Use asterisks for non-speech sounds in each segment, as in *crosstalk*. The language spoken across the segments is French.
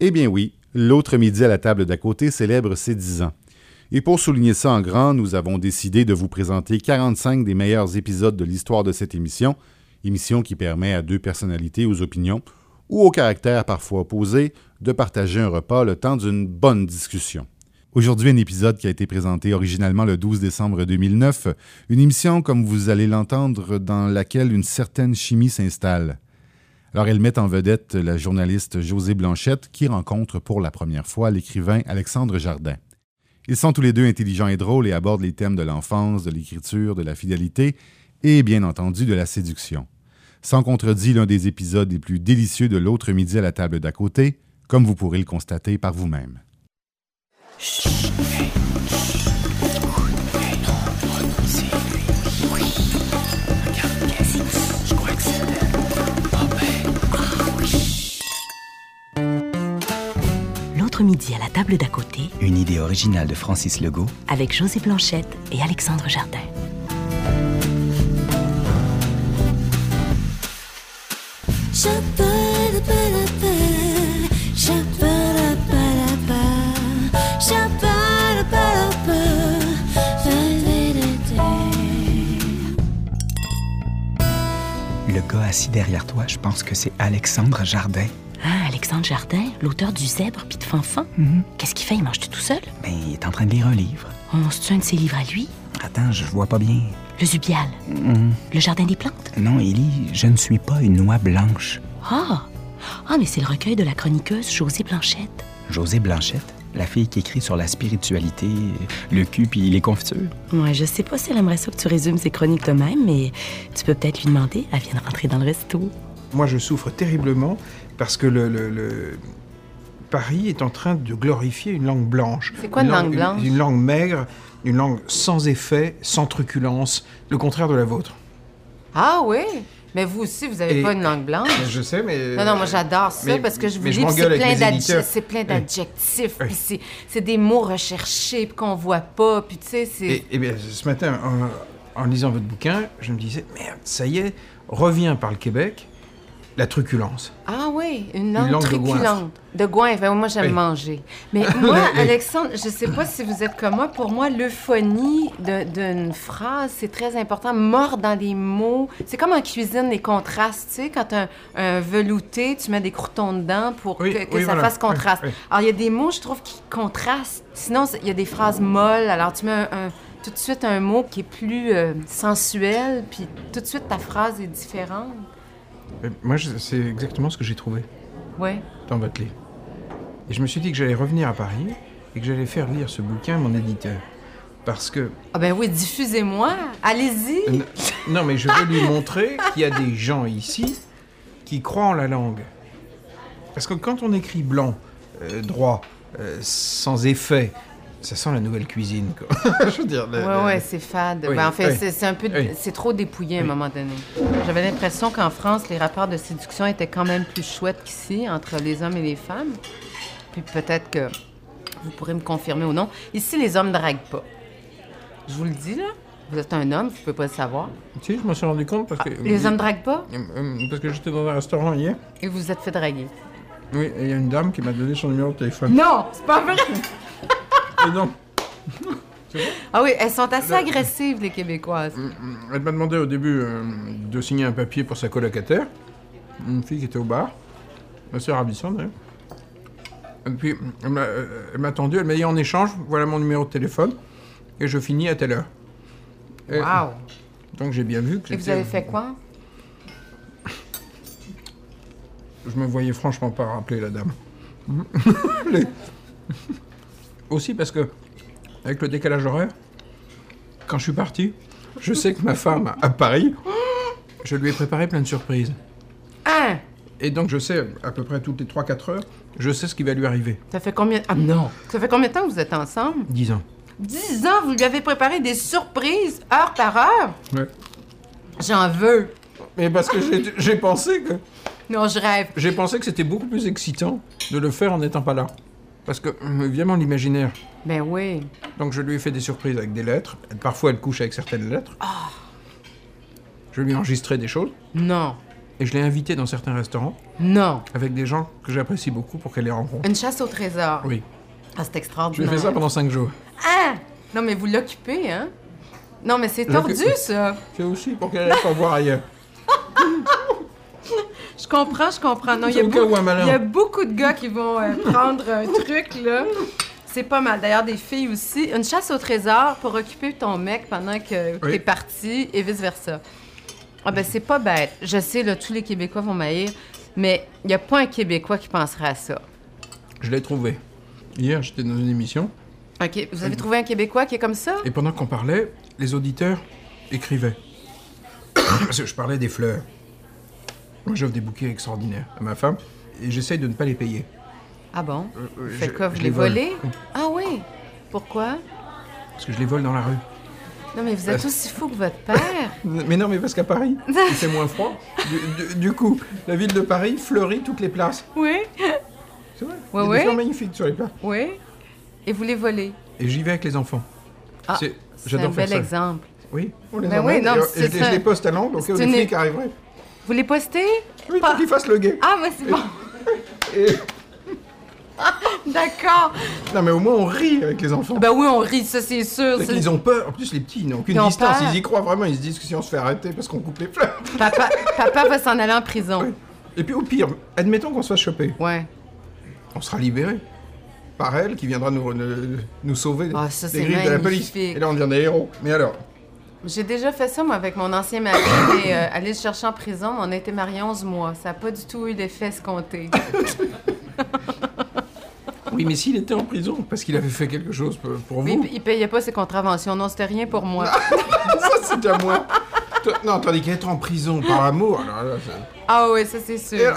Eh bien oui, l'autre midi à la table d'à côté célèbre ses 10 ans. Et pour souligner ça en grand, nous avons décidé de vous présenter 45 des meilleurs épisodes de l'histoire de cette émission, émission qui permet à deux personnalités aux opinions ou aux caractères parfois opposés de partager un repas le temps d'une bonne discussion. Aujourd'hui, un épisode qui a été présenté originalement le 12 décembre 2009, une émission, comme vous allez l'entendre, dans laquelle une certaine chimie s'installe. Alors, elle met en vedette la journaliste José Blanchette, qui rencontre pour la première fois l'écrivain Alexandre Jardin. Ils sont tous les deux intelligents et drôles et abordent les thèmes de l'enfance, de l'écriture, de la fidélité et, bien entendu, de la séduction. Sans contredit, l'un des épisodes les plus délicieux de l'autre midi à la table d'à côté, comme vous pourrez le constater par vous-même. L'autre midi à la table d'à côté Une idée originale de Francis Legault, avec José Blanchette et Alexandre Jardin. Sha-ba-da-ba-da-ba, sha-ba-da-ba-da-ba, sha-ba-da-ba-da-ba, da-da-da-da. le gars assis derrière toi, je pense que c'est Alexandre Jardin. Ah, Alexandre Jardin, l'auteur du Zèbre puis de Fanfan. Qu'est-ce qu'il fait? Il mange tout seul? Ben, il est en train de lire un livre. On se tue un de ses livres à lui? Attends, je vois pas bien. Le Zubial? Hum, Le Jardin des plantes? non, il lit Je ne suis pas une noix blanche. Ah! Ah, mais c'est le recueil de la chroniqueuse Josée Blanchette. José Blanchette, la fille qui écrit sur la spiritualité, le cul puis les confitures. Moi, je sais pas si elle aimerait ça que tu résumes ses chroniques toi-même, mais tu peux peut-être lui demander. Elle vient de rentrer dans le resto. Moi, je souffre terriblement parce que le, le- le- Paris est en train de glorifier une langue blanche. C'est quoi une langue blanche une, une langue maigre, une langue sans effet, sans truculence, le contraire de la vôtre. Ah oui? Mais vous aussi, vous avez Et- pas une langue blanche? Mais Je sais, mais... Non, non, moi j'adore ça mais- parce que je vous mais je lis, puis c'est m'engueule avec plein mes d'adj- éditeurs. Hein. c'est plein Oui. d'adjectifs, Oui. puis c'est- c'est des mots recherchés puis qu'on voit pas, puis tu sais, c'est... Et, et bien, ce matin, en, en lisant votre bouquin, je me disais, merde, ça y est, revient par le Québec la truculence. Ah oui, une langue, langue de truculente. De goinfre. Ben, moi, j'aime Oui. manger. *laughs* Mais moi, Oui. Alexandre, je sais pas si vous êtes comme moi. Pour moi, l'euphonie de- d'une phrase, c'est très important. Mort dans les mots. C'est comme en cuisine, les contrastes. Tu sais, quand un, un velouté, tu mets des croutons dedans pour Oui, que, que oui, ça voilà. fasse contraste. Oui, oui. Alors, il y a des mots, je trouve, qui contrastent. Sinon, c'est- il y a des phrases molles. Alors, tu mets un- un- tout de suite un mot qui est plus euh, sensuel, puis tout de suite, ta phrase est différente. Euh, Moi, je- c'est exactement ce que j'ai trouvé. Ouais. dans votre lit. Et je me suis dit que j'allais revenir à Paris et que j'allais faire lire ce bouquin à mon éditeur. Parce que... Ah ben oui, diffusez-moi. Allez-y. *laughs* euh, non, mais je veux lui montrer qu'il y a des gens ici qui croient en la langue. Parce que quand on écrit blanc, euh, droit, euh, sans effet, ça sent la nouvelle cuisine, quoi. je veux dire... le- Ouais, le- ouais, c'est fade. euh, Oui, Ben, en fait, oui. c'est- c'est un peu, Oui. c'est trop dépouillé à un moment donné. J'avais l'impression qu'en France, les rapports de séduction étaient quand même plus chouettes qu'ici entre les hommes et les femmes. Puis peut-être que vous pourrez me confirmer ou non. Ici, les hommes draguent pas. Je vous le dis là. Vous êtes un homme, vous pouvez pas le savoir. *laughs* Si, je m'en suis rendu compte parce que... Les hommes draguent pas Euh, euh, Parce que j'étais dans un restaurant hier, et vous vous êtes *laughs* fait draguer. oui, et il y a une dame qui m'a donné son numéro de téléphone. Non, c'est pas vrai. Et donc, Ah oui, elles sont assez agressives les Québécoises. Mm. Elle m'a demandé au début euh, de signer un papier pour sa colocataire, une fille qui était au bar, assez ravissante d'ailleurs. Et puis elle m'a- euh, elle m'a attendu, elle m'a dit en échange, voilà mon numéro de téléphone, et je finis à telle heure. Et- Wow. Donc j'ai bien vu que Et vous j'étais- avez fait quoi Je me voyais franchement pas rappeler la *laughs* dame. Aussi parce que, avec le décalage horaire, quand je suis parti, je sais que ma femme à Paris, je lui ai préparé plein de surprises. Hein Et donc je sais, à peu près toutes les 3-4 heures, je sais ce qui va lui arriver. Ça fait combien Ah non Ça fait combien de temps que vous êtes ensemble 10 ans. Dix ans, vous lui avez préparé des surprises, heure par heure J'en veux Mais parce que j'ai- j'ai pensé que Non, je rêve. j'ai pensé que c'était beaucoup plus excitant de le faire en n'étant pas là. Parce que euh, vient mon imaginaire. Ben oui. Donc je lui ai fait des surprises avec des lettres. Ah. Parfois elle couche avec certaines lettres. Je lui ai enregistré des choses. Non. et je l'ai invitée dans certains restaurants Non. avec des gens que j'apprécie beaucoup pour qu'elle les rencontre. Une chasse au trésor. Oui, Ah, c'est je extraordinaire. lui ai fait ça pendant cinq jours. Ah! Non, mais vous l'occupez, hein? Non, mais c'est Je tordu, l'occupe. ça. C'est aussi pour qu'elle aille pas voir ailleurs. Je comprends, je comprends. Non, il y, a C'est au cas beaucoup- où un malheur. il y a beaucoup de gars qui vont euh, prendre un truc, là. C'est pas mal. D'ailleurs, des filles aussi. Une chasse au trésor pour occuper ton mec pendant que Oui. t'es parti et vice-versa. Ah ben, c'est pas bête. Je sais, là, tous les Québécois vont m'haïr, mais il y a pas un Québécois qui penserait à ça. Je l'ai trouvée. Hier, j'étais dans une émission OK, vous Mm. avez trouvé un Québécois qui est comme ça? Et pendant qu'on parlait, les auditeurs écrivaient. *coughs* Parce que je parlais des fleurs. Moi, j'offre des bouquets extraordinaires à ma femme et j'essaye de ne pas les payer. Ah bon? Euh, euh, Faites je- quoi, vous je les vole. volez? Oui, Ah oui! Pourquoi? Parce que je les vole dans la rue. Non, mais vous êtes Euh, aussi fou que votre *laughs* père! Mais non, mais parce qu'à *laughs* Paris, il fait moins froid. Du, du- du coup, la ville de Paris fleurit toutes les places. Oui, C'est vrai Ouais, Il y a ouais. des fleurs magnifiques sur les places. oui. Et vous les volez. Et j'y vais avec les enfants. Ah, C'est- c'est un J'adore faire bel ça. exemple. Oui, on les Ben emmène oui, non, et- euh, mais et, c'est je, les- ça. je les poste à l'angle, donc C'est les une- flics arriveraient. Vous les postez? Oui, Pas- pour qu'ils fassent le guet. Ah, moi, c'est bon. *laughs* D'accord. Non, mais au moins, on rit avec les enfants. Ben oui, on rit, ça, c'est sûr. C'est c'est- qu'ils ont peur. En plus, les petits, ils n'ont aucune Ils ont distance. peur. Ils y croient vraiment. Ils se disent que si on se fait arrêter parce qu'on coupe les fleurs. Papa, papa va s'en aller en prison. Et puis, au pire, admettons qu'on se fasse choper. Ouais. On sera libéré. Par elle qui viendra nous, nous, nous sauver Ah, ça, des c'est griffes de la police. magnifique. Et là, on devient des héros. Mais alors J'ai déjà fait ça, moi, avec mon ancien mari. et, euh, aller le chercher en prison, on a été mariés 11 mois. Ça n'a pas du tout eu l'effet escompté. Oui, mais s'il était en prison, parce qu'il avait fait quelque chose pour, pour Mais vous, il, il payait pas ses contraventions. Non, c'était rien pour *laughs* moi. ça, c'est déjà moi. Toi- Non, tandis qu'être en prison par amour, alors là, c'est- Ah oui, ça, c'est sûr.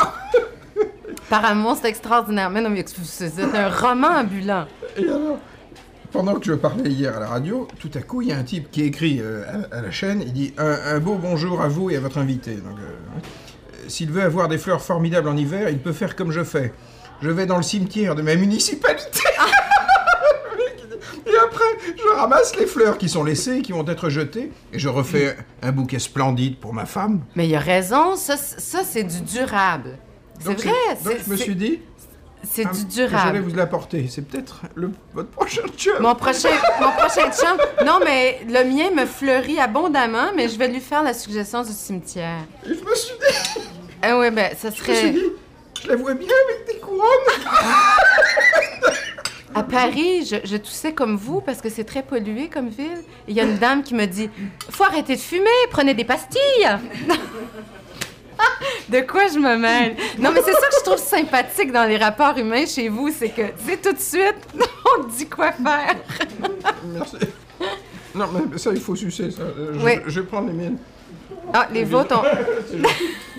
Par amour, c'est extraordinaire. Mais non, mais c'est c'est un roman ambulant. Et alors pendant que je parlais hier à la radio, tout à coup, il y a un type qui écrit euh, à, à la chaîne, il dit un, un beau bonjour à vous et à votre invité. Donc, euh, S'il veut avoir des fleurs formidables en hiver, il peut faire comme je fais. Je vais dans le cimetière de ma municipalité. *laughs* Et après, je ramasse les fleurs qui sont laissées, qui vont être jetées, et je refais un bouquet splendide pour ma femme. Mais il a raison, ça, c- ça c'est du durable. C'est Donc, vrai, Donc c'est- je me c'est- suis dit, c'est ah, du j'allais durable. vous l'apporter. C'est peut-être le- votre prochain job. Mon prochain, mon prochain chum, non mais le mien me fleurit abondamment, mais je vais lui faire la suggestion du cimetière. Et je me suis dit, Ah ouais, ben Je ça me suis serait dit, je la vois bien avec des couronnes. à Paris, je, je toussais comme vous parce que c'est très pollué comme ville. Et Il y a une dame qui me dit, faut arrêter de fumer, prenez des pastilles. *laughs* De quoi je me mêle? Non, mais c'est ça que je trouve sympathique dans les rapports humains chez vous, c'est que, tu sais, tout de suite, *laughs* on te dit quoi faire. Merci. Non, mais ça, il faut sucer, ça. Euh, Je, Oui. je vais prendre les miennes. Ah, les vôtres ont...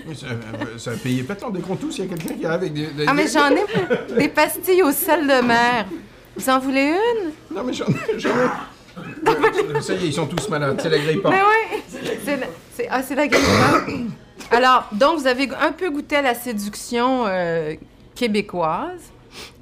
Mais ça, euh, ça a payé pas tant. Dès qu'on tousse, il y a quelqu'un qui arrive avec des... des- Ah, mais des- j'en ai des pastilles au sel de mer. Vous en voulez une? Non, mais j'en ai... j'en ai. Euh, Ça y est, ils sont tous malades. C'est la grippe. hein. Ben oui! C'est la- c'est- ah, c'est la grippe. hein? *coughs* Alors, donc, vous avez un peu goûté à la séduction euh, québécoise,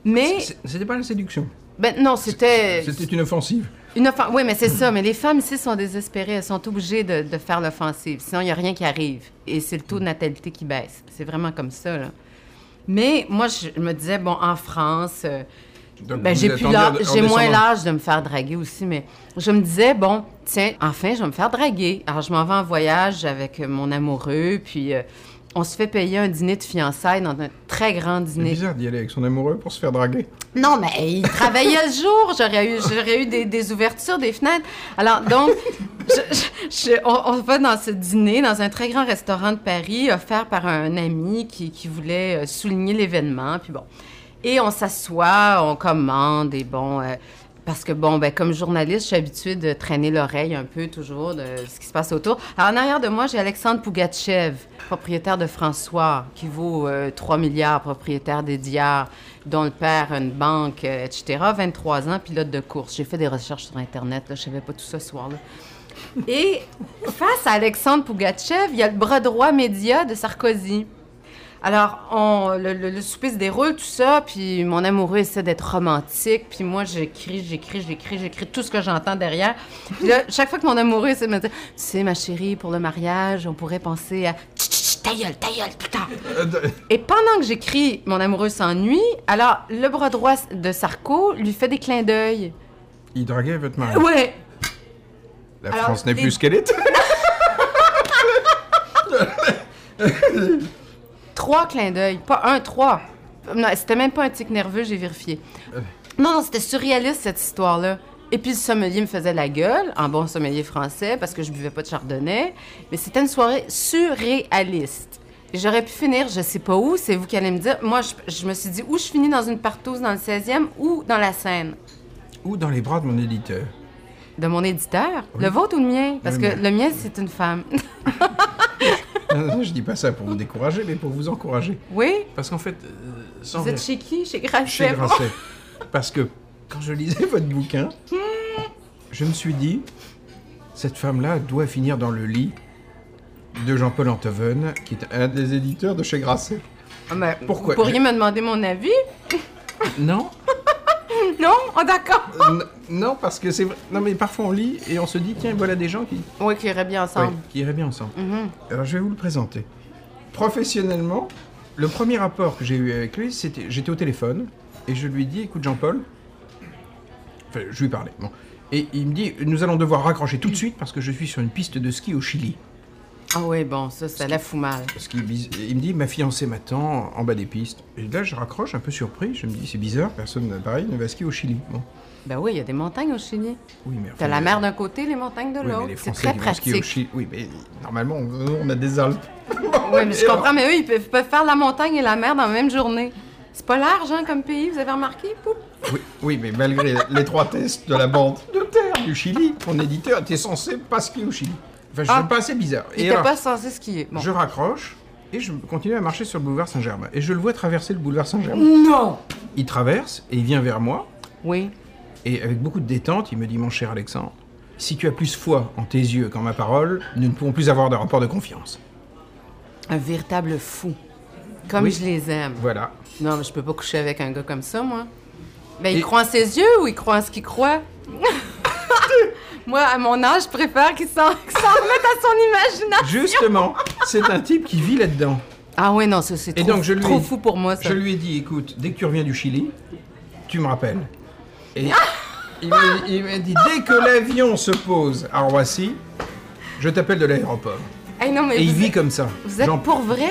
mais... C'est- C'était pas la séduction. Ben non, c'était... C'était une offensive. Une offense. Oui, mais c'est ça. Mais les femmes ici sont désespérées. Elles sont obligées de, de faire l'offensive. Sinon, il n'y a rien qui arrive. Et c'est le taux de natalité qui baisse. C'est vraiment comme ça, là. Mais moi, je me disais, bon, en France, euh, Donc, ben, vous j'ai vous plus attendiez l'âge- en- en j'ai moins descendant. l'âge de me faire draguer aussi, mais je me disais, bon, tiens, enfin, je vais me faire draguer. Alors, je m'en vais en voyage avec euh, mon amoureux, puis euh, on se fait payer un dîner de fiançailles dans un très grand C'est dîner. bizarre d'y aller avec son amoureux pour se faire draguer. Non, mais il travaillait le jour. J'aurais eu, j'aurais eu des, des ouvertures, des fenêtres. Alors, donc, je- je- je- on, on va dans ce dîner, dans un très grand restaurant de Paris, offert par un ami qui, qui voulait euh, souligner l'événement. Puis bon. Et on s'assoit, on commande, et bon. euh, parce que, bon, ben, comme journaliste, je suis habituée de traîner l'oreille un peu toujours de ce qui se passe autour. Alors, en arrière de moi, j'ai Alexandre Pougatchev, propriétaire de François, qui vaut euh, 3 milliards, propriétaire des Diards, dont le père a une banque, euh, etc. 23 ans, pilote de course. J'ai fait des recherches sur Internet, là, je savais pas tout ce soir. Là. Et face à Alexandre Pougatchev, il y a le bras droit média de Sarkozy. Alors, on- le, le- le souper se déroule, tout ça, puis mon amoureux essaie d'être romantique, puis moi, j'écris, j'écris, j'écris, j'écris tout ce que j'entends derrière. Puis là, chaque fois que mon amoureux essaie de me dire « Tu sais, ma chérie, pour le mariage, on pourrait penser à... tch, tch, tch, Chut, ta gueule, ta gueule, plus tard. Euh, d- Et pendant que j'écris Mon amoureux s'ennuie, alors le bras droit de Sarko lui fait des clins d'œil. *laughs* Il draguait votre mari. Ouais! La Alors, France n'est les- plus ce qu'elle était. Trois clins d'œil, pas un, trois. Non, c'était même pas un tic nerveux, j'ai vérifié. Euh. Non, non, c'était surréaliste cette histoire-là. Et puis le sommelier me faisait la gueule, en bon sommelier français, parce que je buvais pas de chardonnay. Mais c'était une soirée surréaliste. Et J'aurais pu finir, je sais pas où, c'est vous qui allez me dire. Moi, je, je me suis dit, ou je finis dans une partouze dans le 16e ou dans la Seine. *laughs* Ou dans les bras de mon éditeur. De mon éditeur, le vôtre ou le mien? Parce Le que mien. le mien, c'est une femme. *laughs* Non, non, Je dis pas ça pour vous décourager, mais pour vous encourager. oui? Parce qu'en fait, euh, sans Vous êtes rire, chez qui? chez Chez Grasset. Grasset. Parce que quand je lisais *laughs* votre bouquin, je me suis dit, cette femme-là doit finir dans le lit de Jean-Paul Antoven, qui est un des éditeurs de chez Grasset. Ah, ben, Pourquoi? Vous pourriez me demander mon avis? Non, Non? Oh, d'accord! euh, n- non, parce que c'est vrai. Non, mais parfois on lit et on se dit, tiens, voilà des gens qui, Oui, qui irait bien Oui, ensemble. Mhm. qui irait bien ensemble. Alors je vais vous le présenter. Professionnellement, le premier rapport que j'ai eu avec lui, c'était j'étais au téléphone et je lui dis écoute Jean-Paul, enfin je lui parlais. Bon. Et il me dit nous allons devoir raccrocher tout de suite parce que je suis sur une piste de ski au Chili. Ah oui, bon, ça, ça la fout mal. Parce qu'il bis- il me dit ma fiancée m'attend en bas des pistes. Et là je raccroche un peu surpris, je me dis c'est bizarre, personne pareil ne va skier au Chili. Bon. Ben oui, il y a des montagnes au Chili. Oui, mais T'as enfin, la mer d'un côté, les montagnes de oui, mais l'autre. les c'est Français très qui vont skier au pratique. Chili. Oui, mais normalement on on a des Alpes. Oui, mais je comprends, mais eux, ils peuvent, peuvent faire la montagne et la mer dans la même journée. C'est pas large, hein, comme pays, vous avez remarqué? Poup! Oui, oui, mais malgré l'étroitesse de la bande de terre du Chili, ton éditeur était censé pas skier au Chili. Enfin, je Ah. trouve pas assez bizarre. Il Et était alors, pas censé skier. Bon. je raccroche et je continue à marcher sur le boulevard Saint-Germain. Et je le vois traverser le boulevard Saint-Germain. Non! Il traverse et il vient vers moi. Oui. Et avec beaucoup de détente, il me dit Mon cher Alexandre, si tu as plus foi en tes yeux qu'en ma parole, nous ne pouvons plus avoir de rapport de confiance. Un véritable fou. Comme Oui. je les aime. Voilà. Non, mais je peux pas coucher avec un gars comme ça, moi. Ben, Et- il croit en ses yeux ou il croit en ce qu'il croit? *laughs* moi, à mon âge, je préfère qu'il s'en qu'il s'en remette à son imaginaire. Justement, c'est un type qui vit là-dedans. Ah oui, non, ça, c'est Et trop, donc, je lui trop ai- fou pour moi, ça. Je lui ai dit, écoute, dès que tu reviens du Chili, tu me rappelles. Ah Et il m'a- il m'a dit, dès que l'avion se pose à Roissy, je t'appelle de l'aéroport. Hey, non, mais Et il vous, vit comme ça. vous êtes Jean- pour vrai?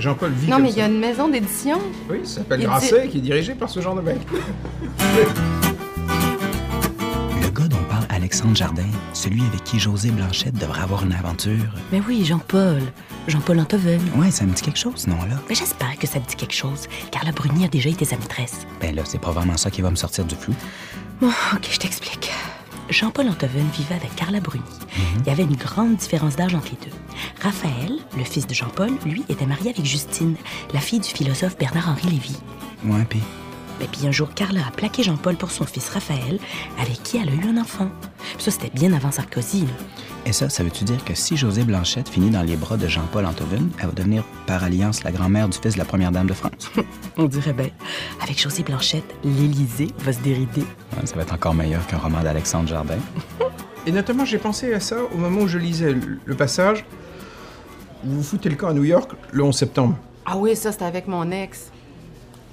Jean-Paul vit Non, comme mais il y ça. a une maison d'édition. Oui, il s'appelle il Grasset, qui est dirigé par ce genre de mec. Le gars dont parle Alexandre Jardin, celui avec qui José Blanchette devrait avoir une aventure. Mais Ben oui, Jean-Paul. Jean-Paul Antoven. Ouais, ça me dit quelque chose, non là? Mais j'espère que ça te dit quelque chose, car la Bruni a déjà été sa maîtresse. Ben là, c'est pas vraiment ça qui va me sortir du flou. Bon, ok, je t'explique. Jean-Paul Antoven vivait avec Carla Bruni. Il y avait une grande différence d'âge entre les deux. Raphaël, le fils de Jean-Paul, lui, était marié avec Justine, la fille du philosophe Bernard-Henri Lévy. Ouais, pis. Mais puis un jour, Carla a plaqué Jean-Paul pour son fils Raphaël, avec qui elle a eu un enfant. Puis ça, c'était bien avant Sarkozy. là. Et ça, ça veut-tu dire que si José Blanchette finit dans les bras de Jean-Paul Antoven, elle va devenir par alliance la grand-mère du fils de la première dame de France? On dirait bien. Avec José Blanchette, l'Élysée va se dérider. Ouais, ça va être encore meilleur qu'un roman d'Alexandre Jardin. Et notamment, j'ai pensé à ça au moment où je lisais le le passage « Vous vous foutez le camp à New York le 11 septembre ». Ah oui, ça, c'était avec mon ex.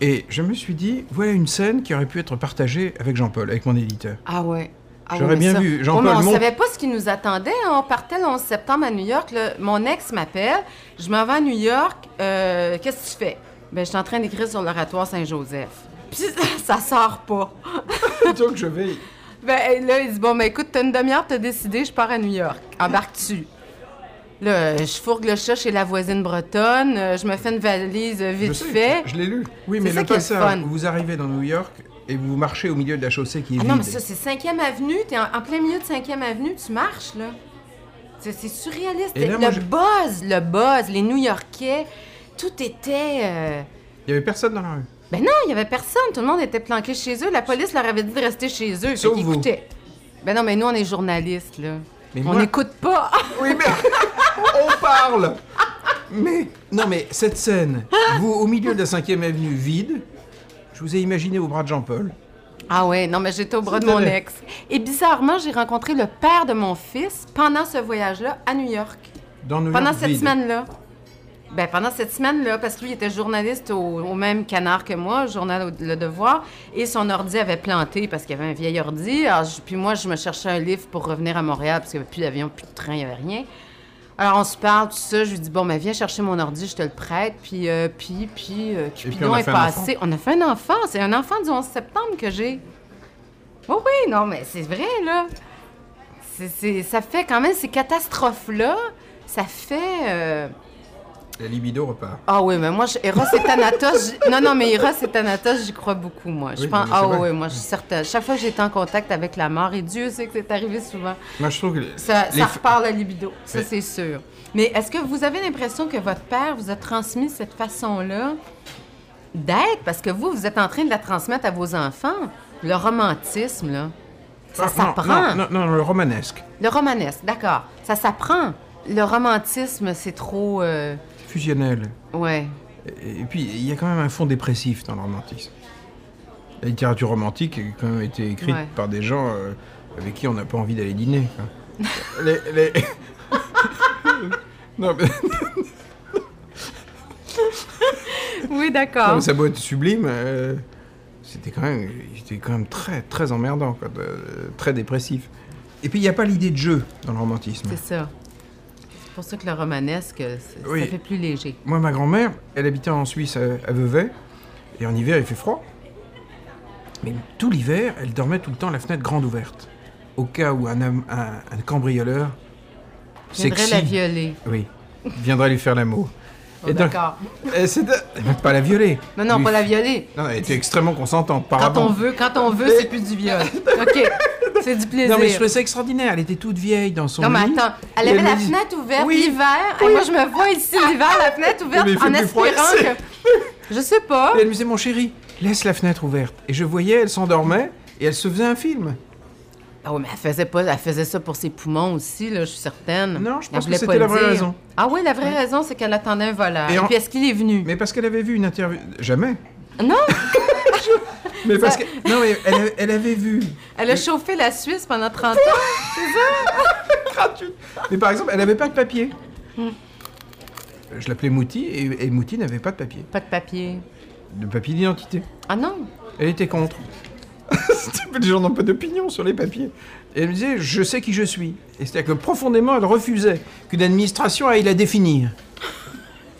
Et je me suis dit, voilà une scène qui aurait pu être partagée avec Jean-Paul, avec mon *laughs* éditeur. Ah ouais. Ah J'aurais ouais, mais bien ça- vu, Jean-Paul Ouais, mais on Mont- savait pas ce qui nous attendait. hein. On partait le 11 septembre à New York. là. Mon ex m'appelle. Je m'en vais à New York. Euh, Qu'est-ce que tu fais? Ben, je suis en train d'écrire sur l'oratoire Saint-Joseph. Puis *laughs* ça sort pas. Donc je vais... Ben là, il dit Bon, ben écoute, t'as une demi-heure, t'as décidé, je pars à New York. Embarque-tu. Là, je fourgue le chat chez la voisine bretonne, euh, je me fais une valise euh, Je vite sais, fait. Je l'ai lu. Oui, C'est mais ça le qui est le passage fun. où vous arrivez dans New York et vous marchez au milieu de la chaussée qui est Ah non, mais vide. ça, c'est 5e Avenue. T'es en, en plein milieu de 5e Avenue, tu marches, là. C'est, c'est surréaliste. Et là, le moi, je- buzz, le buzz, les New Yorkais, tout était. euh, Il y avait personne dans la rue. Ben non, il y avait personne. Tout le monde était planqué chez eux. La police leur avait dit de rester chez eux. Sauf fait qu'ils vous. écoutaient. Ben non, mais nous, on est journalistes, là. Mais on moi- n'écoute pas. *laughs* Oui, mais *laughs* on parle. Mais non, mais cette scène, vous au milieu de la 5e avenue vide, je vous ai imaginé au bras de Jean-Paul. Ah ouais, non, mais j'étais au bras de C'est mon vrai. ex. Et bizarrement, j'ai rencontré le père de mon fils pendant ce voyage-là à New York. Dans New Pendant York cette vide. semaine-là. Ben, pendant cette semaine-là, parce que lui il était journaliste au, au même canard que moi, journal au- Le Devoir, et son ordi avait planté parce qu'il y avait un vieil ordi. Alors, je- puis moi, je me cherchais un livre pour revenir à Montréal parce qu'il n'y avait plus d'avion, plus de train, il n'y avait rien. Alors, on se parle, tout ça. Je lui dis, bon, ben, viens chercher mon ordi, je te le prête. Puis, euh, puis, puis, euh, puis, Cupidon on a est fait un passé. On a fait un enfant. C'est un enfant du 11 septembre que j'ai. Oui, oui, non, mais c'est vrai, là. C'est- c'est- ça fait quand même ces catastrophes-là. Ça fait. euh, La libido repart. ah oui, mais moi, je- Eros et Thanatos, j'- non, non, mais Eros et Thanatos, j'y crois beaucoup, moi. Je Oui, pense, mais c'est ah vrai. oui, moi, je suis certaine. Chaque fois que j'étais en contact avec la mort, et Dieu sait que c'est arrivé souvent, Moi, je trouve que. ça, les ça f- repart la libido, ça, Mais- c'est sûr. Mais est-ce que vous avez l'impression que votre père vous a transmis cette façon-là d'être? Parce que vous, vous êtes en train de la transmettre à vos enfants. Le romantisme, là, ça Ah, non, s'apprend. Non, non, non, le romanesque. Le romanesque, d'accord, ça s'apprend. Le romantisme, c'est trop... euh, Fusionnel. Ouais. Et et puis, il y a quand même un fond dépressif dans le romantisme. La littérature romantique a quand même été écrite Ouais. par des gens euh, avec qui on n'a pas envie d'aller dîner. quoi. *laughs* les, les- *laughs* non, mais, Oui, non, d'accord. mais ça doit être sublime. euh, c'était quand même, j'étais quand même très, très emmerdant, quoi, de- très dépressif. Et puis, il n'y a pas l'idée de jeu dans le romantisme. C'est ça. C'est pour ça que le romanesque, c'est- Oui. ça fait plus léger. Moi, ma grand-mère, elle habitait en Suisse, à, à Vevey, et en hiver, il fait froid. Mais tout l'hiver, elle dormait tout le temps la fenêtre grande ouverte, au cas où un, homme- un, un cambrioleur J'aimerais sexy la violer. oui, viendrait lui faire l'amour. Bon, Et donc- D'accord. Euh, c'est de- pas la violer. Non, non, Lui- pas la violer. Non, elle était extrêmement consentante par Quand rapport. on veut, quand on veut, c'est plus *laughs* du viol. OK. C'est du plaisir. Non, mais je trouvais ça extraordinaire. Elle était toute vieille dans son Non, mais lit. attends, elle Et avait la me dit- fenêtre ouverte Oui. l'hiver. Et moi, je me vois ici l'hiver, la fenêtre ouverte, Mais il fait en plus froid espérant ici. que. Je sais pas. Et elle me disait, mon chéri, laisse la fenêtre ouverte. Et je voyais, elle s'endormait et elle se faisait un film. Ah oui, mais elle faisait, pas, elle faisait ça pour ses poumons aussi, là, je suis certaine. Non, je Elle pense que voulait c'était pas le la vraie dire. raison. Ah oui, la vraie raison, c'est qu'elle attendait un voleur. Et Et, en- puis, est-ce qu'il est venu? Mais parce qu'elle avait vu une interview. Jamais. Non. mais parce que. Non, mais elle, a- elle avait vu. Elle a chauffé la Suisse pendant 30 ans. Gratuit. Mais par exemple, elle avait pas de papier. Je l'appelais Mouti et, et Mouti n'avait pas de papier. Pas de papier. De papier d'identité. Ah non? Elle était contre. *laughs* C'était- les gens n'ont pas d'opinion sur les papiers. Et elle me disait Je sais qui je suis. Et c'est-à-dire que profondément, elle refusait qu'une administration aille la définir.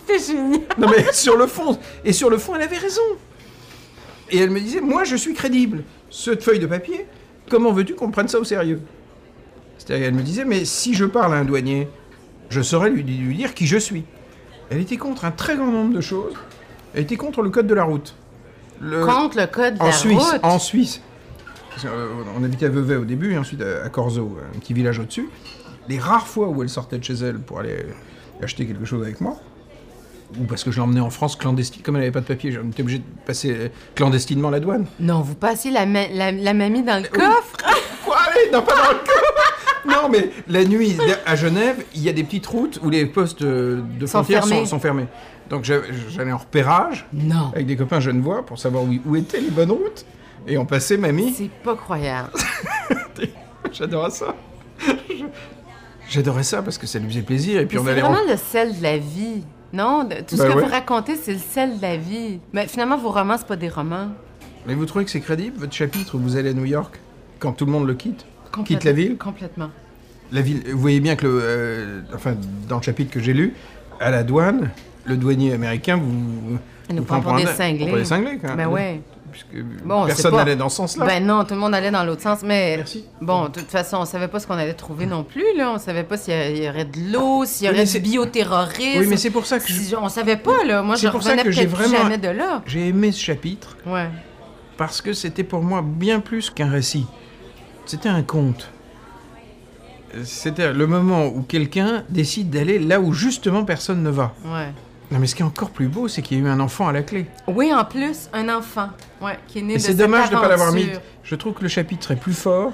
C'est génial. Non mais *laughs* sur le fond, et sur le fond, elle avait raison. Et elle me disait, moi je suis crédible. Cette feuille de papier, comment veux-tu qu'on prenne ça au sérieux C'est-à-dire qu'elle me disait, mais si je parle à un douanier, je saurais lui, lui dire qui je suis. Elle était contre un très grand nombre de choses. Elle était contre le code de la route. Le- Contre le code de Euh, en la Suisse, route. en Suisse. Parce que, euh, on habitait à Vevey au début, et ensuite euh, à à Corzo, un petit village au-dessus. Les rares fois où elle sortait de chez elle pour aller acheter quelque chose avec moi, ou parce que je l'emmenais en France clandestine, comme elle n'avait pas de papier, j'en étais obligé de passer euh, clandestinement la douane. Non, vous passez la, ma- la, la mamie dans le coffre. Quoi Allez, non, pas dans le *laughs* cul Non, mais la nuit, à Genève, il y a des petites routes où les postes euh, de Sont frontières sont, fermés. sont fermés. Donc j'a- j'allais en repérage Non. avec des copains genevois pour savoir où, où étaient les bonnes routes. Et on passait mamie. C'est pas croyable. J'adorais ça. Je- J'adorais ça parce que ça lui faisait plaisir. Et puis Mais on c'est allait. vraiment en- le sel de la vie. Non, de- tout ce Ben que ouais. vous racontez, c'est le sel de la vie. Mais finalement, vos romans, c'est pas des romans. Mais vous trouvez que c'est crédible, votre chapitre où vous allez à New York, quand tout le monde le quitte Quitte Complète- la ville Complètement. La ville. Vous voyez bien que le. euh, enfin, dans le chapitre que j'ai lu, à la douane, le douanier américain vous. Il vous nous prend pour un- des cinglés. Pour des cinglés, hein. quand même. Ben ouais. Puisque Bon, c'est personne pas- n'allait dans ce sens-là. Ben non, tout le monde allait dans l'autre sens, mais... Merci. Bon, de toute façon, on savait pas ce qu'on allait trouver non plus, là. On savait pas s'il y a- il y aurait de l'eau, s'il y Oui, aurait mais du c'est- bioterrorisme. oui, mais c'est pour ça que je- Si- On savait pas, là. Moi, C'est je pour ça revenais que peut-être j'ai plus vraiment- jamais de là. J'ai aimé ce chapitre Ouais. parce que c'était pour moi bien plus qu'un récit. C'était un conte. Euh, C'était le moment où quelqu'un décide d'aller là où justement personne ne va. Ouais. Non mais ce qui est encore plus beau, c'est qu'il y a eu un enfant à la clé. Oui, en plus, un enfant, ouais, qui est né Et de c'est cette dommage de ne pas l'avoir mis. aventure. Je trouve que le chapitre est plus fort.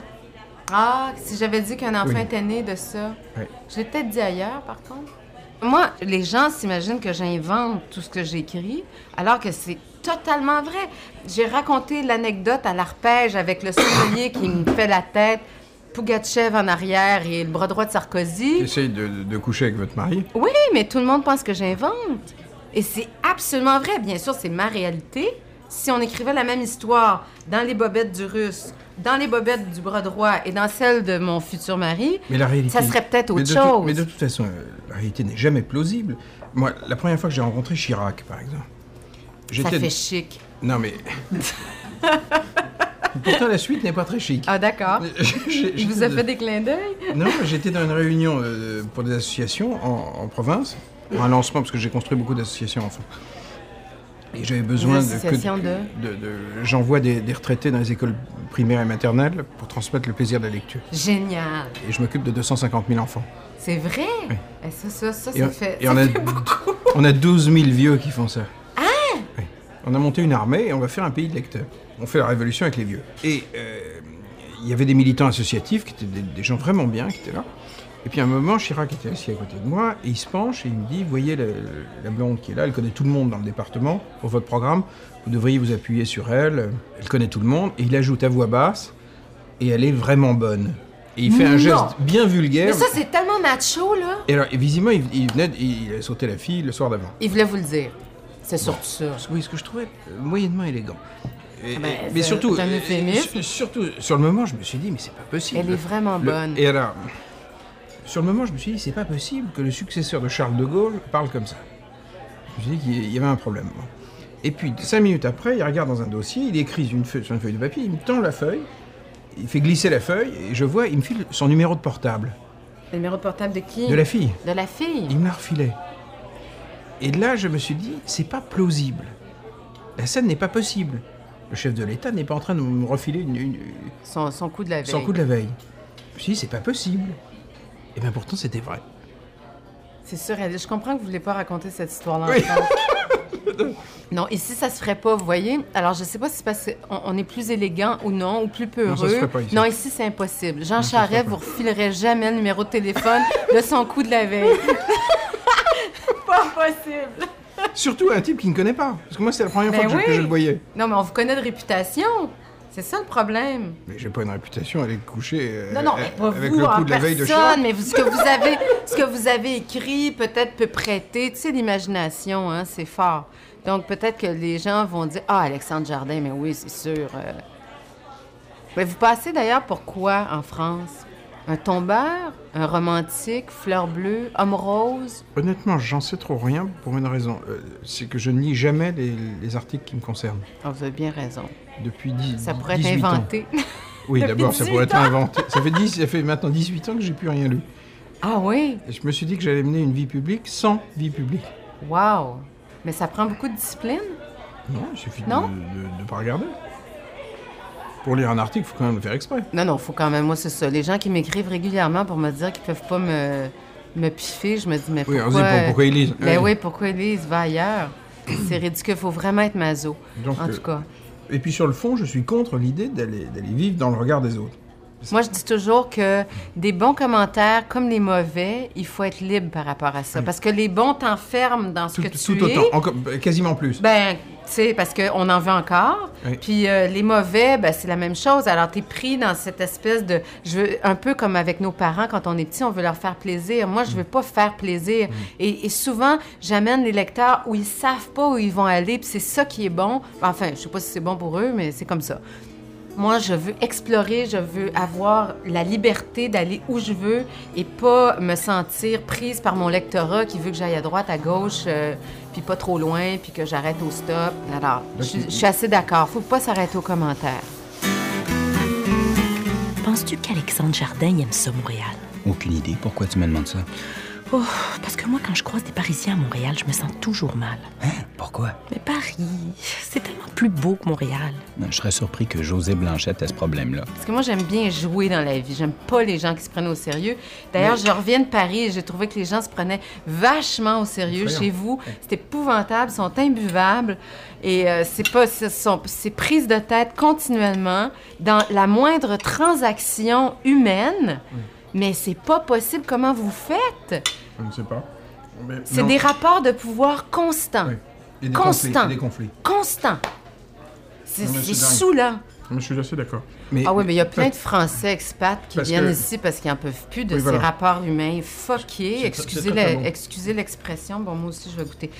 Ah, si j'avais dit qu'un enfant Oui. était né de ça. Oui. Je l'ai peut-être dit ailleurs, par contre. Moi, les gens s'imaginent que j'invente tout ce que j'écris, alors que c'est totalement vrai. J'ai raconté l'anecdote à l'arpège avec le sommelier qui me fait la tête. Pougatchev en arrière et le bras droit de Sarkozy. J'essaye de, de- de coucher avec votre mari. Oui, mais tout le monde pense que j'invente. Et c'est absolument vrai. Bien sûr, c'est ma réalité. Si on écrivait la même histoire dans les bobettes du russe, dans les bobettes du bras droit et dans celle de mon futur mari, Mais la réalité. ça serait peut-être Mais autre de tout- chose. mais de toute façon, euh, la réalité n'est jamais plausible. Moi, la première fois que j'ai rencontré Chirac, par exemple, ça j'étais. fait chic. Non, *laughs* mais. Pourtant, la suite n'est pas très chic. Ah, d'accord. euh, J'ai- Je vous j'étais ai de- fait des clins d'œil. *laughs* Non, j'étais dans une réunion euh, pour des associations en, en province, pour un lancement, parce que j'ai construit beaucoup d'associations en France. Et j'avais besoin Des de, que- associations de- de- J'envoie des, des retraités dans les écoles primaires et maternelles pour transmettre le plaisir de la lecture. Génial. Et je m'occupe de 250 000 enfants. C'est vrai. Eh, Ça, ça, ça, Et ça on- fait, et ça on a- fait beaucoup. On a 12 000 vieux qui font ça. Ah On a monté une armée et on va faire un pays de lecteurs. On fait la révolution avec les vieux. Et euh, il y avait des militants associatifs qui étaient des, des gens vraiment bien qui étaient là. Et puis à un moment, Chirac était assis à côté de moi et il se penche et il me dit Voyez la, la blonde qui est là, elle connaît tout le monde dans le département pour votre programme. Vous devriez vous appuyer sur elle. Elle connaît tout le monde. Et il ajoute à voix basse Et elle est vraiment bonne. Et il fait un Non. geste bien vulgaire. Mais ça, c'est tellement macho, là. Et alors, et visiblement, il, il venait, de- il a sauté la fille le soir d'avant. Il voulait vous le dire. C'est surtout ça. Oui, ce que je trouvais euh, moyennement élégant. Et- Ah ben, et- c'est- mais surtout, c'est un euh, euphémisme. sur- surtout, sur le moment, je me suis dit, mais c'est pas possible. Elle est vraiment Le- bonne. Et alors, sur le moment, je me suis dit, c'est pas possible que le successeur de Charles de Gaulle parle comme ça. Je me suis dit qu'il y avait un problème. Bon. Et puis, cinq minutes après, il regarde dans un dossier, il écrit une feuille, sur une feuille de papier, il me tend la feuille, il fait glisser la feuille, et je vois, il me file son numéro de portable, Le numéro portable de qui? de la fille. De la fille. Il me la refilait. Et là, je me suis dit, c'est pas plausible. La scène n'est pas possible. Le chef de l'État n'est pas en train de me refiler une, une- Son, son coup de la veille. son coup de la veille. Je me suis dit, c'est pas possible. Et bien pourtant, c'était vrai. *laughs* C'est surréaliste. Je comprends que vous voulez pas raconter cette histoire-là. en Oui. *laughs* France. non, ici, ça se ferait pas, vous voyez. Alors, je sais pas si c'est parce qu'on on est plus élégant ou non, ou plus peu Non, ça se heureux. ferait pas ici. Non, ici, c'est impossible. Jean Charest vous refilerait jamais le numéro de téléphone de son coup de la veille. *laughs* pas possible. Surtout un type qui ne connaît pas. Parce que moi, c'est la première Ben fois que, je, que oui. je le voyais. Non, mais on vous connaît de réputation. C'est ça le problème. Mais j'ai pas une réputation à aller coucher euh, Non, non, euh, mais pas avec vous le coup en de la veille de Chirac. personne, mais vous- ce que vous avez, ce que vous avez écrit peut-être peut prêter, tu sais, l'imagination, hein, c'est fort. Donc peut-être que les gens vont dire, ah, Alexandre Jardin, mais oui, c'est sûr. euh. Mais vous passez d'ailleurs pour quoi en France Un tombeur, un romantique, fleur bleue, homme rose Honnêtement, j'en sais trop rien pour une raison. Euh, c'est que je ne lis jamais les, les articles qui me concernent. Ah, Vous avez bien raison. Depuis 10 Ça pourrait être 18 ans. inventé. *laughs* Oui, Depuis d'abord, ça 18 pourrait être ans. inventé. Ça fait, 10, ça fait maintenant 18 ans que j'ai plus rien lu. ah oui, Et je me suis dit que j'allais mener une vie publique sans vie publique. wow. Mais ça prend beaucoup de discipline. Non, il suffit Non. de ne pas regarder. Pour lire un article, il faut quand même le faire exprès. Non, non, faut quand même, moi, c'est ça. Les gens qui m'écrivent régulièrement pour me dire qu'ils peuvent pas me, me piffer, je me dis, mais Oui, pourquoi... on se dit pour- pourquoi ils lisent. Euh, Ben Oui. oui, pourquoi Elise va *clears throat* ailleurs? C'est ridicule, faut vraiment être maso, Donc, en euh, tout cas. Et puis sur le fond, je suis contre l'idée d'aller d'aller vivre dans le regard des autres. Moi, je dis toujours que des bons commentaires comme les mauvais, il faut être libre par rapport à ça. Parce que les bons t'enferment dans ce Tout, que tout tu es. autant, encore, bah, quasiment plus. Ben, tu sais, parce qu'on en veut encore. Oui. Puis euh, les mauvais, ben, c'est la même chose. Alors, t'es pris dans cette espèce de. Je veux, un peu comme avec nos parents, quand on est petit, on veut leur faire plaisir. Moi, Mm. je veux pas faire plaisir. Et, et souvent, j'amène les lecteurs où ils savent pas où ils vont aller, puis c'est ça qui est bon. Enfin, je sais pas si c'est bon pour eux, mais c'est comme ça. Moi, je veux explorer, je veux avoir la liberté d'aller où je veux et pas me sentir prise par mon lectorat qui veut que j'aille à droite, à gauche, euh, puis pas trop loin, puis que j'arrête au stop. Alors, je, je suis assez d'accord. Faut pas s'arrêter aux commentaires. Penses-tu qu'Alexandre Jardin il aime ça, Montréal? Aucune idée. Pourquoi tu me demandes ça? Oh, parce que moi, quand je croise des Parisiens à Montréal, je me sens toujours mal. Hein? Pourquoi? Mais Paris, c'est tellement plus beau que Montréal. Je serais surpris que José Blanchette ait ce problème-là. Parce que moi, j'aime bien jouer dans la vie. J'aime pas les gens qui se prennent au sérieux. D'ailleurs, je reviens de Paris et j'ai trouvé que les gens se prenaient vachement au sérieux Effrayant. chez vous. C'est épouvantable, ils sont imbuvables. Et euh, c'est pas... ce sont- C'est prise de tête continuellement dans la moindre transaction humaine. Mais c'est pas possible. Comment vous faites? Je ne sais pas. Mais C'est non. des rapports de pouvoir constants. Oui. Et des Constant. conflits, et des conflits. Constants. C'est Non, mais c'est c'est dingue. saoulant. Mais je suis assez d'accord. Ah oui, mais il y a plein de Français expats qui Parce viennent que- ici parce qu'ils n'en peuvent plus de Oui, voilà. ces rapports humains fuckés. c'est- Excusez c'est très, très la- bon. excusez l'expression. Bon, moi aussi, je vais goûter.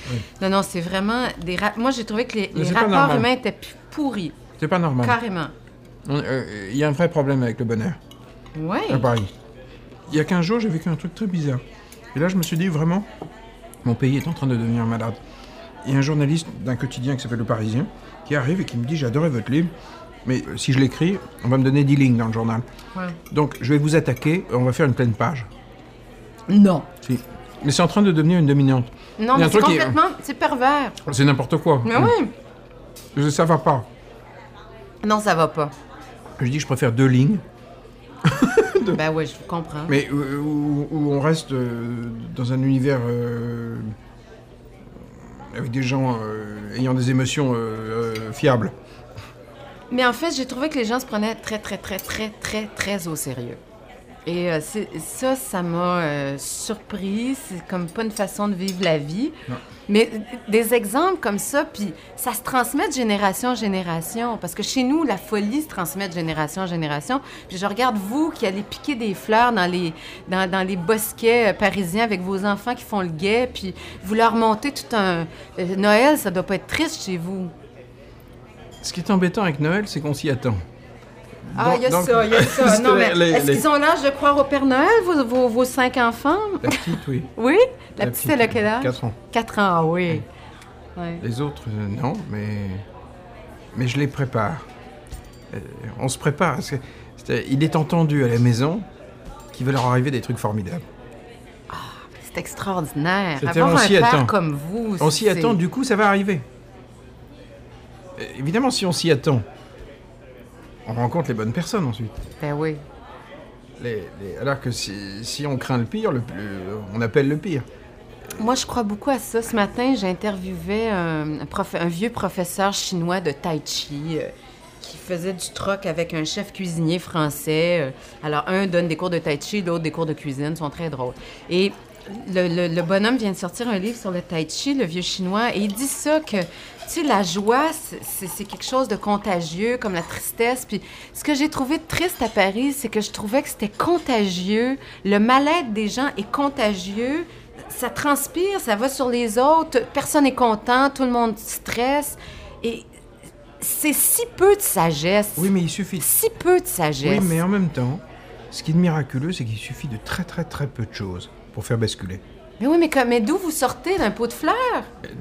Non, non, c'est vraiment des... ra- Moi, j'ai trouvé que les, Mais les c'est pas rapports normal. humains étaient pu- pourris, C'est pas normal. carrément. On- euh, euh, Il y a un vrai problème avec le bonheur Oui. à Paris. Ah, Il y a 15 jours, j'ai vécu un truc très bizarre. Et là, je me suis dit vraiment, mon pays est en train de devenir malade. Il y a un journaliste d'un quotidien qui s'appelle Le Parisien qui arrive et qui me dit J'adorais votre livre, mais euh, si je l'écris, on va me donner 10 lignes dans le journal. Ouais. Donc, je vais vous attaquer, on va faire une pleine page. Non. Si. Mais c'est en train de devenir une dominante. Non, Il y a mais un c'est truc qui est- Mm. complètement... C'est pervers. C'est n'importe quoi. Mais oui. Je- Ça va pas. Non, ça va pas. Je dis Je préfère deux lignes, Ben oui, je vous comprends. mais euh, où, où on reste euh, dans un univers euh, avec des gens euh, ayant des émotions euh, euh, fiables. Mais en fait, j'ai trouvé que les gens se prenaient très, très, très, très, très, très au sérieux. Et euh, c'est- ça, ça m'a euh, surpris. C'est comme pas une façon de vivre la vie. Mais euh, des exemples comme ça, puis ça se transmet de génération en génération. Parce que chez nous, la folie se transmet de génération en génération. Puis je regarde vous qui allez piquer des fleurs dans les, dans, dans les bosquets euh, parisiens avec vos enfants qui font le guet, puis vous leur montez tout un... euh, Noël, ça doit pas être triste chez vous. Ce qui est embêtant avec Noël, c'est qu'on s'y attend. Ah, il y a Donc- ça, il y a ça. *laughs* Parce Non, que mais les- est-ce les- qu'ils ont l'âge de croire au Père Noël, vos, vos- vos cinq enfants? La petite, oui. Oui? La, petite, elle a quel âge? 4 ans. Quatre ans, ah oui. Ouais. Les autres, euh, non, mais. Mais je les prépare. Euh, on se prépare. parce que- c'est- il est entendu à la maison qu'il va leur arriver des trucs formidables. C'est extraordinaire. C'était- Avoir on un s'y père attend. comme vous, On s'y c'est- attend, du coup, ça va arriver. Euh, évidemment, si on s'y attend, on rencontre les bonnes personnes ensuite. Ben oui. Les- les- alors que si, si on craint le pire, le- le- on appelle le pire. Moi, je crois beaucoup à ça. Ce matin, j'interviewais un, un prof- un vieux professeur chinois de tai chi euh, qui faisait du troc avec un chef cuisinier français. euh. Alors, un donne des cours de tai chi, l'autre des cours de cuisine. Ils sont très drôles. Et le, le- le bonhomme vient de sortir un livre sur le tai chi, le vieux chinois, et il dit ça que, tu sais, la joie, c'est- c'est c'est quelque chose de contagieux, comme la tristesse. Puis, ce que j'ai trouvé triste à Paris, c'est que je trouvais que c'était contagieux. Le mal-être des gens est contagieux ça transpire, ça va sur les autres, personne n'est content, tout le monde stresse. Et c'est si peu de sagesse. Oui, mais il suffit de Si peu de sagesse. Oui, mais en même temps, ce qui est miraculeux, c'est qu'il suffit de très très très peu de choses pour faire basculer. Mais oui, mais, comme- mais d'où vous sortez d'un pot de fleurs?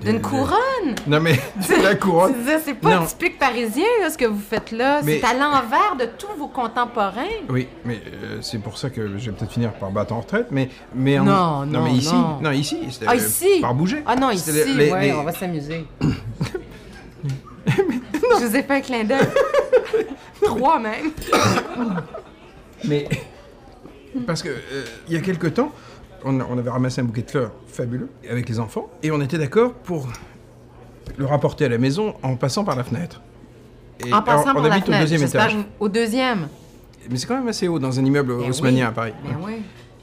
de- D'une de- couronne? Non *laughs* mais *laughs* c'est la Je couronne. veux dire, C'est pas euh, oh, Non. typique parisien, là, ce que vous faites là. Mais- C'est à l'envers de tous vos contemporains. Oui, mais euh, c'est pour ça que je vais peut-être finir par battre en retraite, mais mais en- Non, non, mais ici, non. ici, c'est, Ah, euh, ici? par bouger. Ah non, ici, C'est le- les- ouais, les- on *coughs* va s'amuser. Je vous ai fait un *laughs* clin d'œil. Trois, même. Mais parce que euh, il y a quelque temps, on, on avait ramassé un bouquet de fleurs fabuleux avec les enfants et on était d'accord pour le rapporter à la maison en passant par la fenêtre. Et En passant on, on par la habite fenêtre. au deuxième j'espère étage. que vous- Au deuxième. Mais c'est quand même assez haut dans un immeuble Ben haussmannien oui. à Paris. Ben oui.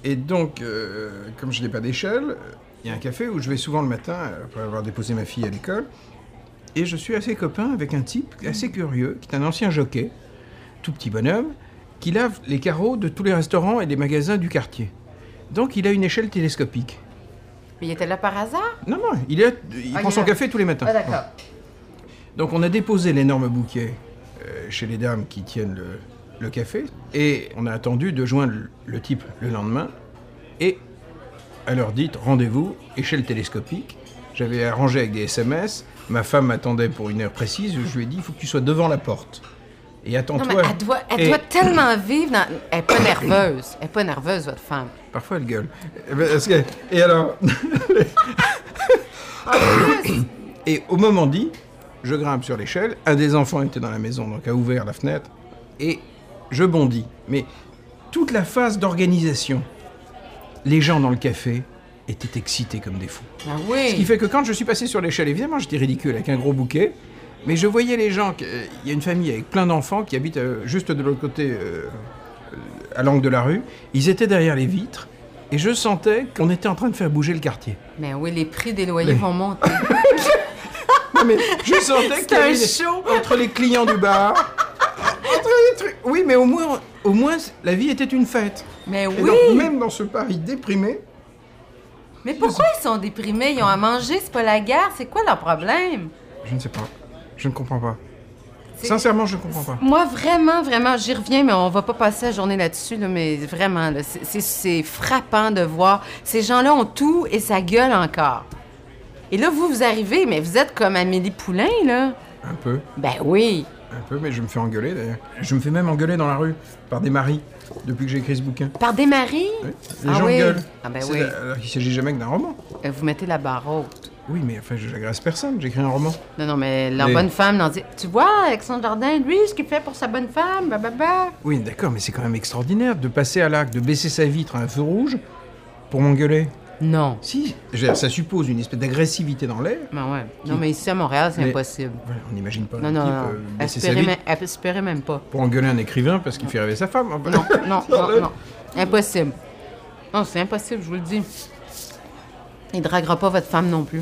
Et donc, euh, comme je n'ai pas d'échelle, euh, il y a un café où je vais souvent le matin, euh, après avoir déposé ma fille à l'école. Et je suis assez copain avec un type assez curieux, qui est un ancien jockey, tout petit bonhomme, qui lave les carreaux de tous les restaurants et des magasins du quartier. Donc il a une échelle télescopique. Mais il était là par hasard? Non, non, il, est- il Ah, prend il est son là. café tous les matins. Ah, d'accord. Donc on a déposé l'énorme bouquet euh, chez les dames qui tiennent le, le café et on a attendu de joindre le- le type le lendemain et à l'heure dite rendez-vous échelle télescopique. J'avais arrangé avec des SMS, ma femme m'attendait pour une heure précise, je lui ai dit il faut que tu sois devant la porte. Et Non, mais attends-toi. elle doit, elle Et doit tellement vivre dans... Elle n'est pas nerveuse. Elle n'est pas nerveuse, votre femme. Parfois elle gueule. Eh ben, parce que- Et alors Et au moment dit, je grimpe sur l'échelle. Un des enfants était dans la maison, donc a ouvert la fenêtre. Et je bondis. Mais toute la phase d'organisation, les gens dans le café étaient excités comme des fous. Ah Ce qui oui. fait que quand je suis passé sur l'échelle, évidemment, j'étais ridicule avec un gros bouquet. Mais je voyais les gens. que- euh, Il y a une famille avec plein d'enfants qui habitent euh, juste de l'autre côté, euh, euh, à l'angle de la rue. Ils étaient derrière les vitres. Et je sentais qu'on était en train de faire bouger le quartier. Mais Ben oui, les prix des loyers Mais- vont monter. Non, mais je sentais qu'il y un *laughs* avait des- show. entre les clients du bar mais au moins, au moins, la vie était une fête. Mais Et donc, oui! même dans ce Paris déprimé, Mais pourquoi ils sont déprimés? Ils ont à manger, c'est pas la guerre. C'est quoi leur problème? je ne sais pas. Je ne comprends pas. C'est- Sincèrement, je ne comprends pas. Moi, vraiment, vraiment, j'y reviens, mais on va pas passer la journée là-dessus, là, mais vraiment, là, c'est- c'est- c'est frappant de voir. Ces gens-là ont tout et ça gueule encore. Et là, vous, vous arrivez, mais vous êtes comme Amélie Poulain, là. Un peu, Ben oui. un peu, mais je me fais engueuler d'ailleurs. Je me fais même engueuler dans la rue par des maris depuis que j'ai écrit ce bouquin. Par des maris? Oui, Les Ah gens oui. gueulent. Ah ben C'est oui. la- alors qu'il s'agit jamais que d'un roman. Euh, Vous mettez la barre haute. Oui, mais enfin, je n'agresse personne, j'écris un roman. Non, non, mais leur Mais- bonne femme leur dit Tu vois, Alexandre Jardin, lui, ce qu'il fait pour sa bonne femme, bah, bah, bah. Oui, d'accord, mais c'est quand même extraordinaire de passer à l'acte, de baisser sa vitre à un feu rouge pour m'engueuler. Non. Si, je veux dire, ça suppose une espèce d'agressivité dans l'air. Ben ouais. Non, mais ici à Montréal, c'est Mais- impossible. Voilà, on n'imagine pas Non, un non, type non. euh, baisser sa Espérez, vitre même- espérez même pas. pour engueuler un écrivain parce qu'il fait rêver sa femme. Enfin, Non, non, non, non. Impossible. Non, c'est impossible, je vous le dis. Il ne draguera pas votre femme non plus.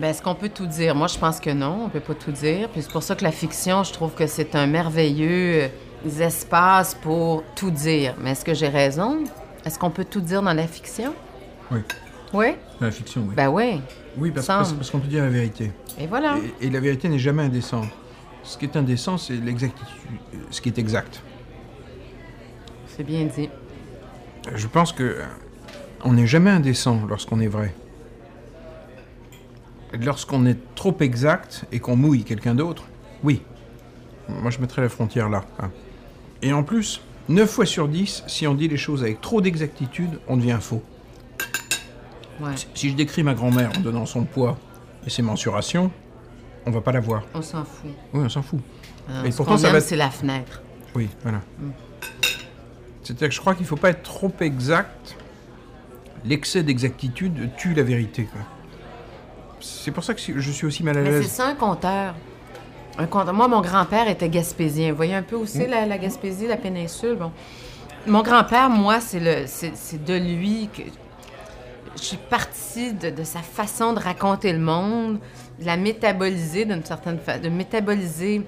ben, est-ce qu'on peut tout dire? Moi, je pense que non, on peut pas tout dire. Puis c'est pour ça que la fiction, je trouve que c'est un merveilleux euh, espace pour tout dire. Mais est-ce que j'ai raison? Est-ce qu'on peut tout dire dans la fiction? Oui, Oui? la fiction, oui. Ben oui. oui, parce, semble. parce- parce qu'on te dit la vérité. Et voilà. Et, et la vérité n'est jamais indécente. Ce qui est indécent, c'est l'exactitude, euh, ce qui est exact. C'est bien dit. Je pense que euh, on n'est jamais indécent lorsqu'on est vrai. Lorsqu'on est trop exact et qu'on mouille quelqu'un d'autre, oui. Moi, je mettrais la frontière là. hein. Et en plus, 9 fois sur 10, si on dit les choses avec trop d'exactitude, on devient faux. Ouais. Si je décris ma grand-mère en donnant son poids et ses mensurations, on va pas la voir. On s'en fout. Oui, on s'en fout. Alors, Et ce pourtant, qu'on ça aime, va- c'est la fenêtre. Oui, voilà. C'est-à-dire que je crois qu'il ne faut pas être trop exact. L'excès d'exactitude tue la vérité. quoi. C'est pour ça que je suis aussi mal à Mais c'est l'aise. ça un compteur. Un compteur. Moi, mon grand-père était gaspésien. Vous voyez un peu aussi la, la Gaspésie, la péninsule. Bon. Mon grand-père, moi, c'est le, c'est, c'est de lui que je suis partie de, de sa façon de raconter le monde, de la métaboliser d'une certaine façon, de métaboliser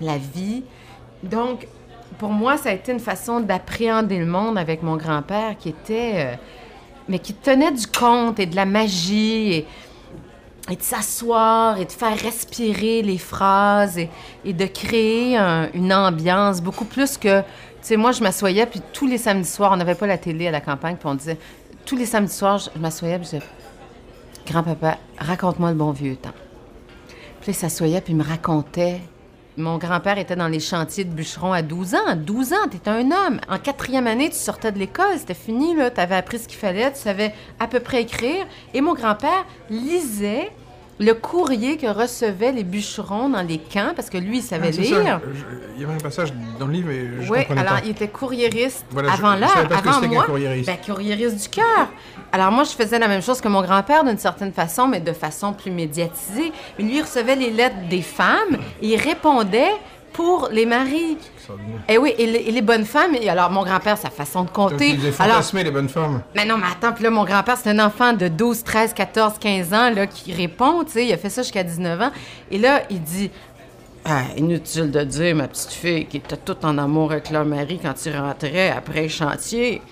la vie. Donc, pour moi, ça a été une façon d'appréhender le monde avec mon grand-père qui était. euh, mais qui tenait du conte et de la magie et, et de s'asseoir et de faire respirer les phrases et, et de créer un- une ambiance beaucoup plus que. Tu sais, moi, je m'assoyais, puis tous les samedis soirs, on n'avait pas la télé à la campagne, puis on disait. Tous les samedis soirs, je, je m'assoyais, puis je disais Grand-papa, raconte-moi le bon vieux temps. Puis là, il s'assoyait, puis il me racontait. Mon grand-père était dans les chantiers de bûcherons à 12 ans. À 12 ans, t'étais un homme. En quatrième année, tu sortais de l'école. C'était fini, là. T'avais appris ce qu'il fallait. Tu savais à peu près écrire. Et mon grand-père lisait le courrier que recevaient les bûcherons dans les camps, parce que lui, il savait Ah, c'est lire. ça. Je- Il y avait un passage dans le livre, mais je Oui, comprenais alors pas. il était courriériste Voilà, je- avant je l'heure, savais pas ce que avant c'était qu'un moi. courriériste. Ben, courriériste du cœur. Alors moi, je faisais la même chose que mon grand-père d'une certaine façon, mais de façon plus médiatisée. Mais lui, il recevait les lettres des femmes et il répondait pour les maris. Extraordinaire. Et oui, et les, et les bonnes femmes. Et alors, mon grand-père, sa façon de Ça compter. faisait Alors, fantasmer les bonnes femmes. mais non, mais attends, puis là, mon grand-père, c'est un enfant de 12, 13, 14, 15 ans là, qui répond, tu sais, il a fait ça jusqu'à 19 ans. Et là, il dit Ah, Inutile de dire, ma petite fille, qui était toute en amour avec leur mari quand il rentrait après le chantier.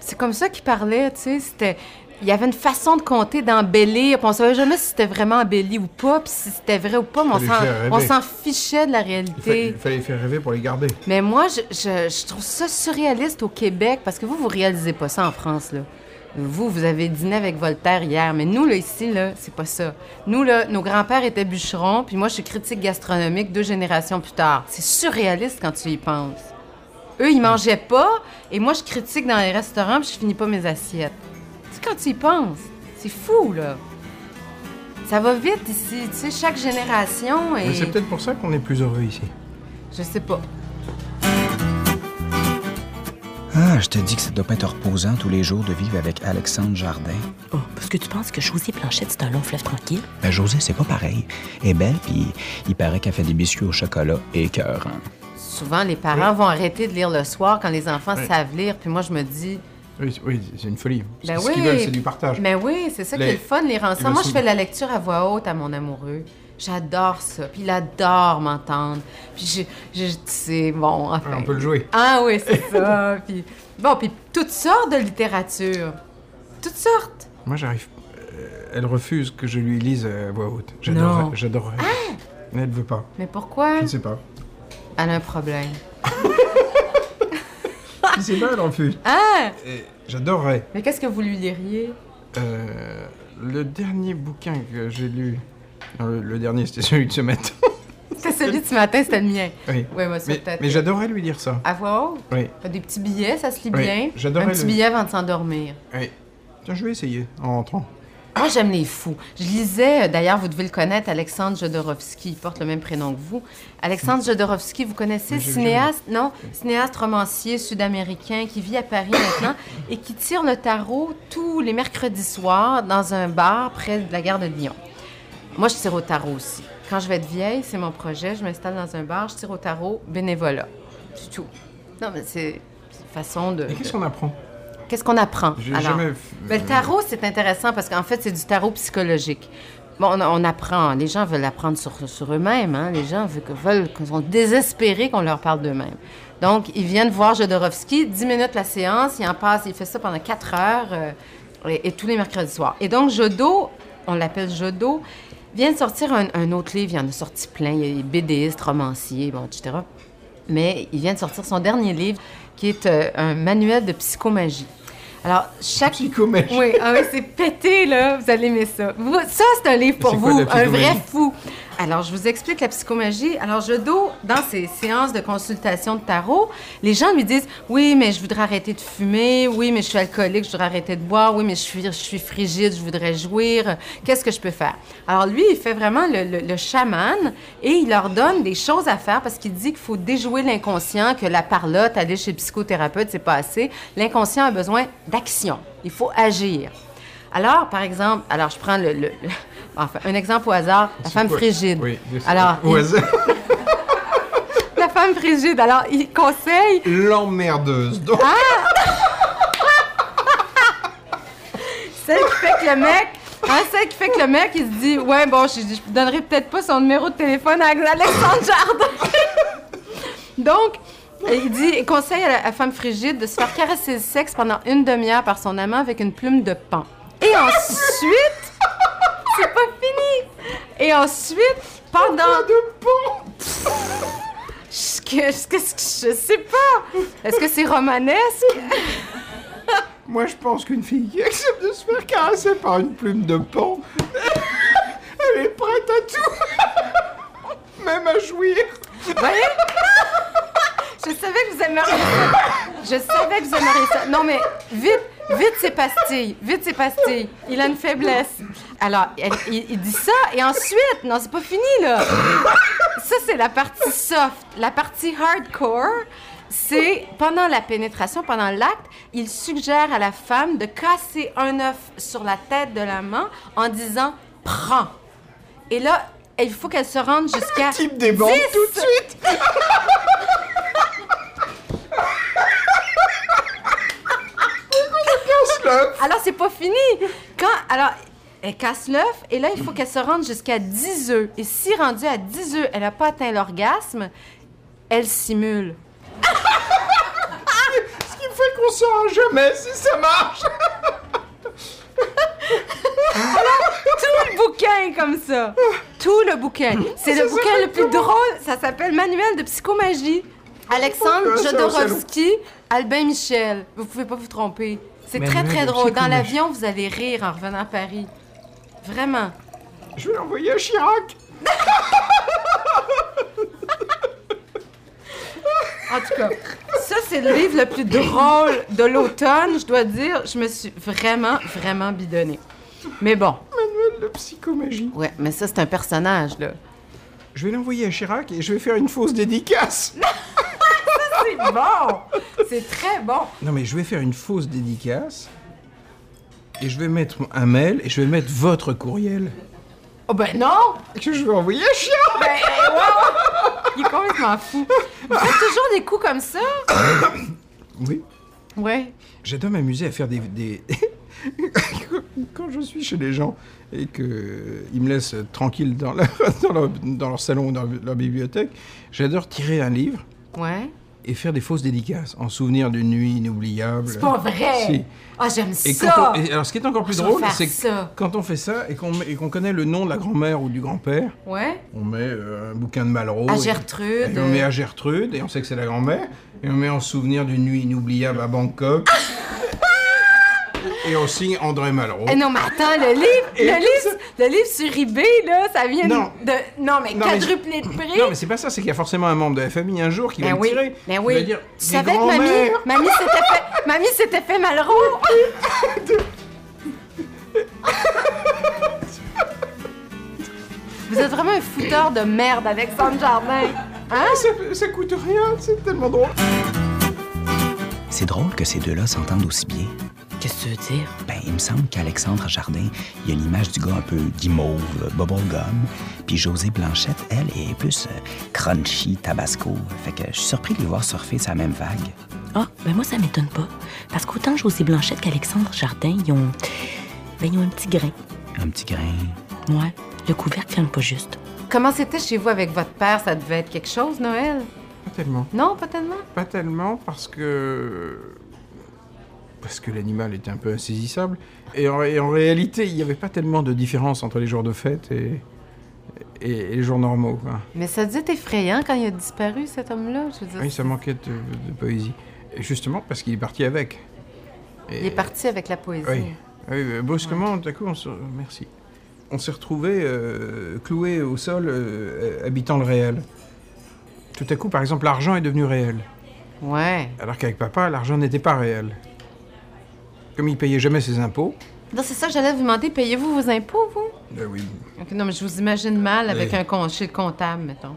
C'est comme ça qu'il parlait, tu sais, c'était. Il y avait une façon de compter, d'embellir, puis on savait jamais si c'était vraiment embelli ou pas, puis si c'était vrai ou pas, mais on Fallait s'en- faire rêver. on s'en fichait de la Il, fa- réalité. il fallait les faire rêver pour les garder. Mais moi, je, je- je trouve ça surréaliste au Québec parce que vous, vous réalisez pas ça en France, là. Vous, vous avez dîné avec Voltaire hier, mais nous, là, ici, là, c'est pas ça. Nous, là, nos grands-pères étaient bûcherons, puis moi, je suis critique gastronomique deux générations plus tard. C'est surréaliste quand tu y penses. Eux, ils mangeaient pas, et moi, je critique dans les restaurants, puis je finis pas mes assiettes. Tu sais, quand tu y penses, c'est fou, là. Ça va vite ici, tu sais, chaque génération et... Mais c'est peut-être pour ça qu'on est plus heureux ici. Je sais pas. Ah, je te dis que ça doit pas être reposant tous les jours de vivre avec Alexandre Jardin. Oh, parce que tu penses que José Blanchette, c'est un long fleuve tranquille? Ben, José, c'est pas pareil. Elle est belle, puis il paraît qu'elle fait des biscuits au chocolat et cœur. Souvent, les parents vont arrêter de lire le soir quand les enfants Oui. savent lire. Puis moi, je me dis, Oui, c'est- oui, c'est une folie. ben ce oui. qu'ils veulent, c'est du partage. Mais oui, c'est ça qui Les- est le fun, lire ils le ensemble. Moi, je sont- fais la lecture à voix haute à mon amoureux. J'adore ça. Puis il adore m'entendre. Puis je, je, tu sais, bon, enfin. Ah, on peut le jouer. Ah oui, *laughs* c'est ça. Puis bon, puis toutes sortes de littérature. Toutes sortes. Moi, j'arrive. euh, elle refuse que je lui lise à voix haute. J'adorerais. Non. Ah J'adorerais. Elle veut pas. Mais pourquoi Je ne sais pas. Elle a un problème. Je sais pas, elle refuse. Ah *laughs* Et J'adorerais. Mais qu'est-ce que vous lui *laughs* liriez Euh, le dernier bouquin que j'ai lu. Non, le, le dernier, c'était celui de ce matin. *laughs* C'est celui de ce matin, c'était le mien. oui. Ouais, moi, c'est Mais, peut-être. mais j'adorerais lui lire ça. À voix haute Oui. Des petits billets, ça se lit Oui, bien. j'adorais Un petit le- billet avant de s'endormir. oui. Tiens, je vais essayer en rentrant. Moi, j'aime les fous. Je lisais, euh, d'ailleurs, vous devez le connaître, Alexandre Jodorowsky. Il porte le même prénom que vous. Alexandre Jodorowsky, vous connaissez, Oui, j'ai- cinéaste, non? Cinéaste, romancier sud-américain qui vit *coughs* à Paris maintenant et qui tire le tarot tous les mercredis soirs dans un bar près de la gare de Lyon. Moi, je tire au tarot aussi. Quand je vais être vieille, c'est mon projet. Je m'installe dans un bar, je tire au tarot, bénévolat. C'est tout. Non, mais c'est c'est une façon de. Et qu'est-ce qu'on apprend Qu'est-ce qu'on apprend? J'ai alors? jamais. euh, Ben, le tarot, c'est intéressant parce qu'en fait, c'est du tarot psychologique. Bon, on, on apprend. Les gens veulent apprendre sur, sur eux-mêmes. hein. Les gens veulent, que- veulent qu'ils sont désespérés qu'on leur parle d'eux-mêmes. Donc, ils viennent voir Jodorowsky, 10 minutes la séance, il en passe, il fait ça pendant 4 heures euh, et, et tous les mercredis soirs. Et donc, Jodo, on l'appelle Jodo, vient de sortir un, un autre livre. Il en a sorti plein. Il y a des BDistes, romanciers, bon, etc. Mais il vient de sortir son dernier livre qui est euh, un manuel de psychomagie. Alors, chaque Psychomèche. oui, ah oui, c'est pété, là. Vous allez aimer ça. Vous- ça, c'est un livre pour C'est quoi, vous, la un psychomagie? vrai fou. Alors, je vous explique la psychomagie. Alors, Jodo, dans ses séances de consultation de tarot, les gens lui disent Oui, mais je voudrais arrêter de fumer. Oui, mais je suis alcoolique, je voudrais arrêter de boire. Oui, mais je suis, je suis frigide, je voudrais jouir. Qu'est-ce que je peux faire Alors, lui, il fait vraiment le, le- le chaman et il leur donne des choses à faire parce qu'il dit qu'il faut déjouer l'inconscient, que la parlotte, aller chez le psychothérapeute, c'est pas assez. L'inconscient a besoin d'action. Il faut agir. Alors, par exemple, alors je prends le, le- le- enfin, un exemple au hasard, la femme quoi? frigide. Oui, c'est- Alors, Au il- hasard. *laughs* *laughs* la femme frigide, alors il conseille, L'emmerdeuse. Donc, celle qui fait que le mec, hein, celle qui fait que le mec, il se dit, ouais, bon, je, je donnerai peut-être pas son numéro de téléphone à Alexandre Jardin. *laughs* Donc, il dit, il conseille à la à femme frigide de se faire caresser le sexe pendant une demi-heure par son amant avec une plume de pan. Et ensuite, *laughs* c'est pas fini. Et ensuite, pendant de pan. Qu'est-ce que qu'est-ce que- je sais pas Est-ce que c'est romanesque moi, je pense qu'une fille qui accepte de se faire caresser par une plume de pan, *laughs* elle est prête à tout. *laughs* Même à jouir. voyez? Je savais que vous aimeriez ça. Je savais que vous aimeriez ça. Non, mais vite, vite ses pastilles. Vite ses pastilles. Il a une faiblesse. Alors, elle- il, il dit ça et ensuite, non, c'est pas fini, là. Ça, c'est la partie soft. La partie hardcore, c'est pendant la pénétration, pendant l'acte, il suggère à la femme de casser un œuf sur la tête de l'amant en disant Prends. Et là, il faut qu'elle se rende jusqu'à. Type des bandes 10. tout de suite. Casse-le. Alors, c'est pas fini. Quand, alors, elle casse l'œuf et là, il faut qu'elle se rende jusqu'à 10 œufs. Et si rendue à 10 œufs, elle n'a pas atteint l'orgasme, elle simule. Ce qui fait qu'on saura jamais si ça marche. Tout le bouquin est comme ça. Tout le bouquin. C'est Ça le bouquin s'appelle le plus comment? drôle. Ça s'appelle Manuel de psychomagie. Alexandre Pourquoi ça, Jodorowsky, Albin Michel. Vous pouvez pas vous tromper. C'est très, Manuel très de drôle. Dans psychomagie. l'avion, vous allez rire en revenant à Paris. Vraiment. Je vais l'envoyer à Chirac. En tout cas, ça, c'est le livre le plus drôle de l'automne, je dois dire. Je me suis vraiment, vraiment bidonnée. Mais bon, Manuel de psychomagie. ouais, mais ça, c'est un personnage, là. Je vais l'envoyer à Chirac et je vais faire une fausse dédicace. C'est bon! C'est très bon! Non mais je vais faire une fausse dédicace et je vais mettre un mail et je vais mettre votre courriel Oh ben non! que je vais envoyer à Chirac. Ben, wow! Il est complètement fou. Vous faites toujours des coups comme ça? Oui. Ouais. J'adore m'amuser à faire des... des... Quand- *laughs* quand je suis chez les gens et qu'ils me laissent tranquille dans, leur- *laughs* dans leur, dans leur salon ou dans leur bibliothèque, j'adore tirer un livre Ouais. et faire des fausses dédicaces en souvenir d'une nuit inoubliable. C'est pas vrai! Si. Ah, j'aime Et quand ça! on- et alors, ce qui est encore plus Je vais drôle, faire c'est que ça. quand on fait ça et qu'on et qu'on connaît le nom de la grand-mère ou du grand-père, Ouais? on met euh, un bouquin de Malraux. à et- Gertrude. Et on met à Gertrude, et on sait que c'est la grand-mère, et on met en souvenir d'une nuit inoubliable à *laughs* Bangkok. et on signe André Malraux. Eh non, mais attends, le livre, Et le tout livre, le livre sur eBay, là, ça vient Non. de... Non, mais Non, mais- quadruplé de prix. Non, mais c'est pas ça, c'est qu'il y a forcément un membre de la famille un jour qui va Ben le oui, tirer. ben Il oui. va dire, tu des savais que hein mamie, grands-mères. mamie s'était fait, mamie s'était fait Malraux. Vous êtes vraiment un fouteur de merde, Alexandre Jardin. Hein? Ah, ça, ça coûte rien, c'est tellement drôle. C'est drôle que ces deux-là s'entendent aussi bien. Qu'est-ce que tu veux dire? Ben, il me semble qu'Alexandre Jardin, il a l'image du gars un peu guimauve, euh, bubblegum. Puis José Blanchette, elle, est plus euh, crunchy, tabasco. Fait que je suis surpris de les voir surfer sa même vague. Ah, ben moi, ça m'étonne pas. Parce qu'autant José Blanchette qu'Alexandre Jardin, ils ont. Ben, ils ont un petit grain. Un petit grain. Ouais, le couvercle ferme pas juste. Comment c'était chez vous avec votre père? Ça devait être quelque chose, Noël? Pas tellement. Non, pas tellement? Pas tellement parce que. Parce que l'animal était un peu insaisissable. Et en, et en réalité, il n'y avait pas tellement de différence entre les jours de fête et, et, et les jours normaux. quoi. Mais ça devait être effrayant quand il a disparu, cet homme-là. Je veux dire, Oui, ça manquait de, de poésie. Et justement parce qu'il est parti avec. Et- il est parti avec la poésie. Oui. Oui, euh, brusquement, tout à coup, on se... Merci. On s'est retrouvés euh, cloués au sol, euh, habitant le réel. Tout à coup, par exemple, l'argent est devenu réel. Ouais. Alors qu'avec papa, l'argent n'était pas réel. Comme il payait jamais ses impôts. Non, c'est ça que j'allais vous demander. Payez-vous vos impôts, vous? Ben oui. Ok, non, mais je vous imagine mal avec Oui. un con chez le comptable, mettons.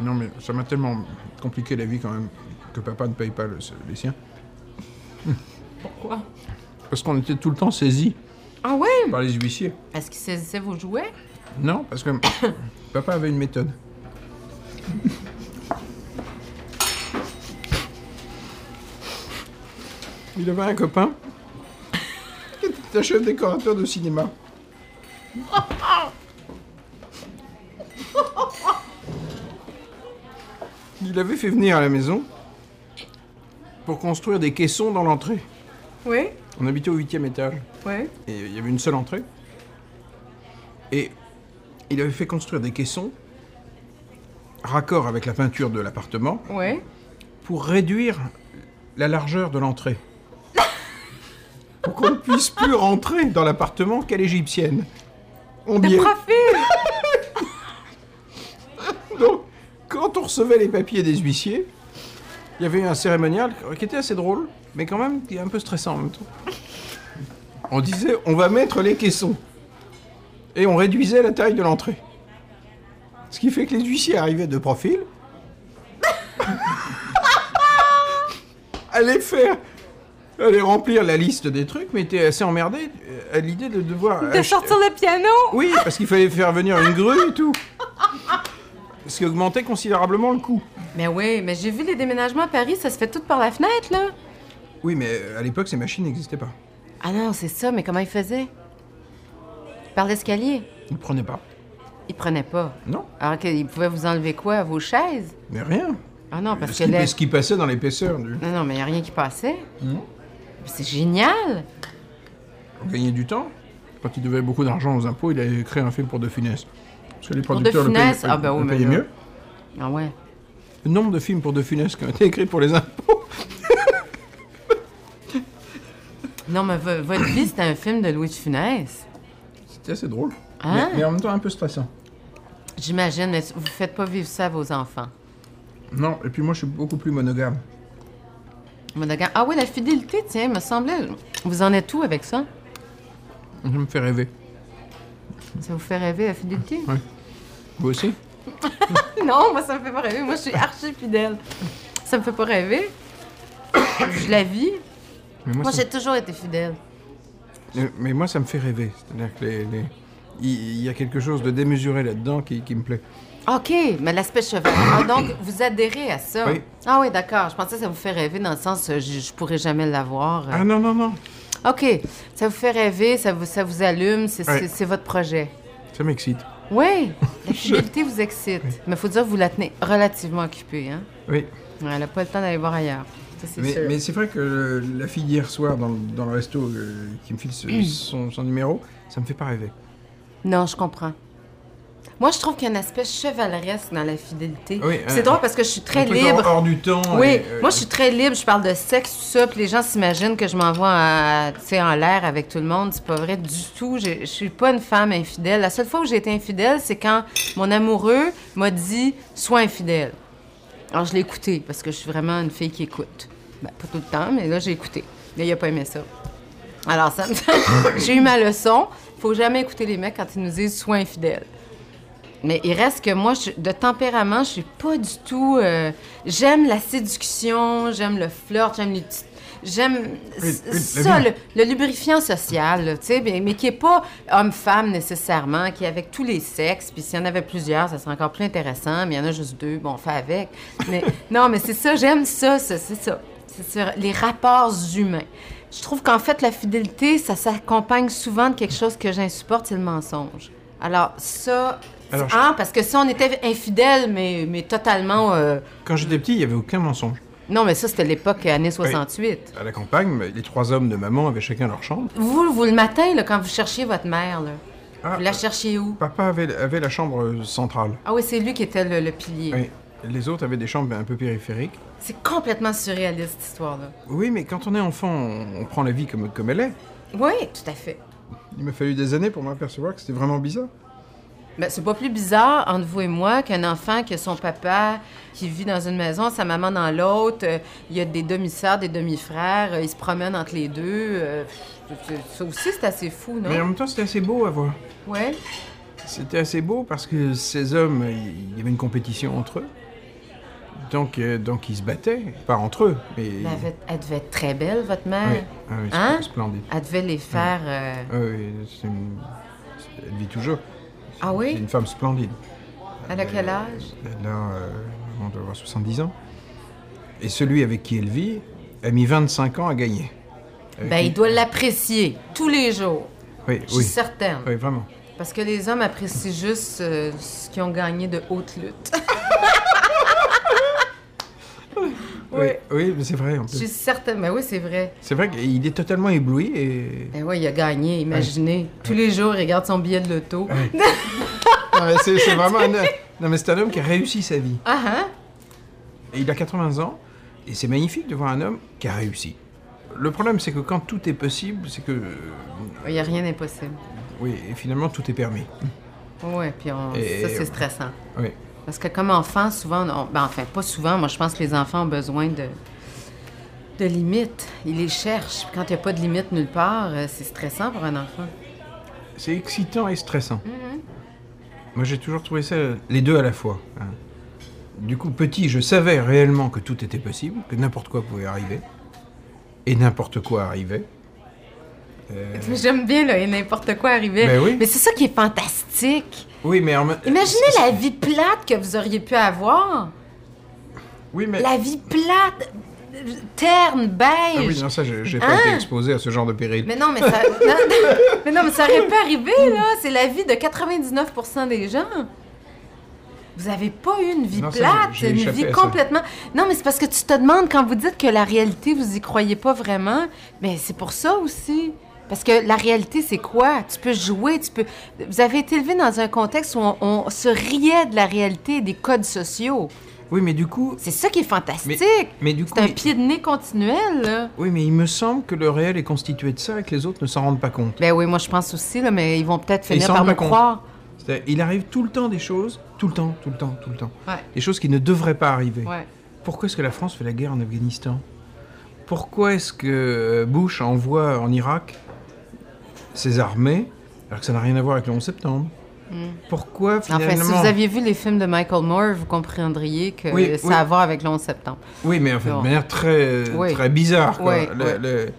Non, mais ça m'a tellement compliqué la vie quand même que papa ne paye pas le- les siens. Pourquoi? Parce qu'on était tout le temps saisis Ah ouais? par les huissiers. Est-ce qu'il saisissait vos jouets? Non, parce que *coughs* papa avait une méthode. Il avait un *laughs* copain qui était un chef décorateur de cinéma. *laughs* Il avait fait venir à la maison pour construire des caissons dans l'entrée. Oui, On habitait au huitième étage. oui. Et il y avait une seule entrée. Et il avait fait construire des caissons, raccord avec la peinture de l'appartement, Oui. pour réduire la largeur de l'entrée. Pour qu'on ne puisse plus rentrer dans l'appartement qu'à l'égyptienne. On y De est. profil! Donc, quand on recevait les papiers des huissiers, il y avait un cérémonial qui était assez drôle, mais quand même qui est un peu stressant en même temps. On disait on va mettre les caissons. Et on réduisait la taille de l'entrée. Ce qui fait que les huissiers arrivaient de profil. allaient faire. allaient remplir la liste des trucs, mais étaient assez emmerdés euh, à l'idée de devoir. De acheter- sortir le piano! oui, parce qu'il fallait faire venir une grue et tout. Ce qui augmentait considérablement le coût. Mais oui, mais j'ai vu les déménagements à Paris, ça se fait tout par la fenêtre, là. Oui, mais euh, à l'époque, ces machines n'existaient pas. Ah non, c'est ça, mais comment il faisait? Par l'escalier. Ils ne prenaient pas. Il prenait pas. Non, Alors qu'il pouvait vous enlever quoi? Vos chaises? mais rien. Ah non, parce ce, que Hmm? qui, là... ce qui passait dans l'épaisseur. Du... Non, non, mais il n'y a rien qui passait. C'est génial! On gagnait du temps. Quand il devait beaucoup d'argent aux impôts, il avait créé un film pour De Funès. Parce que les De producteurs le payaient- Funès, ah ben oui, le mais payaient là- mieux. Ah ouais. Le nombre de films pour De Funès qui ont été écrits pour les impôts. *laughs* Non, mais vo- votre vie, c'était un film de Louis de Funès. C'était assez drôle. Ah. Mais, mais en même temps, un peu stressant. J'imagine, mais vous faites pas vivre ça à vos enfants. Non, et puis moi, je suis beaucoup plus monogame. Monogame. Ah oui, la fidélité, tiens, me semblait. Vous en êtes où avec ça? Je me fais rêver. Ça vous fait rêver, la fidélité? Vous aussi Non, moi, ça me fait pas rêver. Moi, je suis archi fidèle. Ça me fait pas rêver. je la vis. Mais Moi, ça me- j'ai toujours été fidèle. Euh, Mais moi, ça me fait rêver. C'est-à-dire que les, les- il il y a quelque chose de démesuré là-dedans qui, qui me plaît. OK, mais l'aspect cheval. Ah, donc, vous adhérez à ça? Oui. Ah oui, d'accord. Je pensais que ça vous fait rêver dans le sens, euh, je, je pourrais jamais l'avoir. euh. Ah non, non, non. OK. Ça vous fait rêver, ça vous, ça vous allume, c'est Ouais. c'est- c'est votre projet. Ça m'excite. Oui, *laughs* la fidélité vous excite. Mais faut dire que vous la tenez relativement occupée. Hein? Oui. Ouais, Elle n'a pas le temps d'aller voir ailleurs. Ça, c'est Mais, sûr. mais c'est vrai que euh, la fille d'hier soir dans, le- dans le resto euh, qui me file ce- Mm. son, son numéro, ça me fait pas rêver. Non, je comprends. Moi, je trouve qu'il y a un aspect chevaleresque dans la fidélité. Oui, c'est euh, drôle parce que je suis très Un truc hors- libre. Hors du temps. Oui, et, euh, moi je suis très libre, je parle de sexe, tout ça, puis les gens s'imaginent que je m'envoie à- tu sais, en l'air avec tout le monde. C'est pas vrai du tout. Je, je suis pas une femme infidèle. La seule fois où j'ai été infidèle, c'est quand mon amoureux m'a dit Sois infidèle. Alors je l'ai écouté parce que je suis vraiment une fille qui écoute. Ben, pas tout le temps, mais là j'ai écouté. Mais il a pas aimé ça. Alors *coughs* ça me- j'ai eu ma leçon. Faut jamais écouter les mecs quand ils nous disent Sois infidèle. Mais il reste que moi, je- de tempérament, je suis pas du tout. euh, j'aime la séduction, j'aime le flirt, j'aime les petites- J'aime Oui, s- oui, ça, la le, le lubrifiant social, là, tu sais, mais, mais qui est pas homme-femme nécessairement, qui est avec tous les sexes. Puis s'il y en avait plusieurs, ça serait encore plus intéressant, mais il y en a juste deux, bon, on fait avec. Mais *laughs* non, mais c'est ça, j'aime ça, ça, c'est ça. C'est sur les rapports humains. Je trouve qu'en fait, la fidélité, ça s'accompagne souvent de quelque chose que j'insupporte, c'est le mensonge. Alors, ça, Alors, je- ah, parce que si on était infidèle, mais, mais totalement. euh, Quand j'étais petit, il y avait aucun mensonge. Non, mais ça, c'était l'époque euh, années 68. À la campagne, bah, les trois hommes de maman avaient chacun leur chambre. Vous, vous, le matin, là, quand vous cherchiez votre mère, là, Ah, vous la cherchiez où? Papa avait, avait la chambre euh, centrale. Ah oui, c'est lui qui était le, le pilier. Oui. Les autres avaient des chambres un peu périphériques. C'est complètement surréaliste, cette histoire-là. Oui, mais quand on est enfant, on, on prend la vie comme, comme elle est. Oui, tout à fait. Il m'a fallu des années pour m'apercevoir que c'était vraiment bizarre. Ben, c'est pas plus bizarre entre vous et moi qu'un enfant qui a son papa qui vit dans une maison, sa maman dans l'autre. euh, Il y a des demi-sœurs, des demi-frères. euh, Ils se promènent entre les deux. euh, pff, c'est- ça aussi, c'est assez fou, Mais euh, en non? même temps, c'était assez beau à voir. Ouais. C'était assez beau parce que ces hommes, il y avait une compétition entre eux. Donc, euh, donc ils se battaient, pas entre eux, mais... Ben, Elle, avait- elle devait être très belle, votre mère. Oui, ah oui, c'est Hein? splendide. Elle devait les faire. euh, Ah oui, c'est une- c'est- Elle vit toujours. Ah oui? C'est une femme splendide. Elle a Euh, quel âge? Elle a, euh, on doit avoir 70 ans. Et celui avec qui elle vit a mis 25 ans à gagner. Avec Ben, une- il doit l'apprécier tous les jours. Oui, Je suis oui. certaine. Oui, vraiment. Parce que les hommes apprécient juste euh, ce qu'ils ont gagné de haute lutte. oui. Oui, mais c'est vrai. en Je plus. suis certaine. Ben oui, c'est vrai. C'est vrai qu'il est totalement ébloui et... Ben oui, il a gagné, imaginez. Tous les jours, il regarde son billet de loto. Non, mais c'est c'est vraiment un... Non, mais c'est un homme qui a réussi sa vie. *laughs* Ah, hein? Et il a 80 ans, et c'est magnifique de voir un homme qui a réussi. Le problème, c'est que quand tout est possible, c'est que... euh, Il n'y a rien d'impossible. Oui, et finalement, tout est permis. Oui, puis on... Et- ça, c'est stressant. Oui. Parce que comme enfant, souvent, on- ben, enfin, pas souvent, moi je pense que les enfants ont besoin de, de limites. Ils les cherchent. Puis Quand il n'y a pas de limite nulle part, euh, c'est stressant pour un enfant. C'est excitant et stressant. Mm-hmm. Moi, j'ai toujours trouvé ça les deux à la fois. hein. Du coup, petit, je savais réellement que tout était possible, que n'importe quoi pouvait arriver. Et n'importe quoi arrivait. Euh, *laughs* J'aime bien, là, et n'importe quoi arriver. Ben oui. Mais c'est ça qui est fantastique. Oui, mais en même- Imaginez la vie plate que vous auriez pu avoir. Oui, mais... La vie plate, euh, terne, beige. Ah oui, non, ça, j'ai j'ai Hein pas été exposé à ce genre de péril. Mais non, *laughs* mais ça. non, mais non, mais ça aurait pu arriver, là. C'est la vie de 99 des gens. Vous avez pas eu une vie Non, ça, plate, j'ai- j'ai une échappé vie à ça. complètement. Non, mais c'est parce que tu te demandes quand vous dites que la réalité, vous y croyez pas vraiment. Mais c'est pour ça aussi. Parce que la réalité, c'est quoi? Tu peux jouer, tu peux. Vous avez été élevé dans un contexte où on, on se riait de la réalité, des codes sociaux. Oui, mais du coup... C'est ça qui est fantastique. mais du c'est coup, un il- pied de nez continuel, là. Oui, mais il me semble que le réel est constitué de ça et que les autres ne s'en rendent pas compte. Ben oui, moi je pense aussi, là, mais ils vont peut-être Ils finir s'en par rendent me pas compte. croire. C'est-à-dire, Il arrive tout le temps des choses, tout le temps, tout le temps, tout le temps. Ouais. Des choses qui ne devraient pas arriver. Ouais. Pourquoi est-ce que la France fait la guerre en Afghanistan Pourquoi est-ce que euh, Bush envoie en Irak ses armées alors que ça n'a rien à voir avec le 11 septembre Pourquoi finalement... Hmm. Enfin, si vous aviez vu les films de Michael Moore, vous comprendriez que Oui, ça oui. a à voir avec le 11 septembre. Oui, mais enfin, Non. de manière très, Oui. très bizarre. quoi. Oui, Le- oui. le-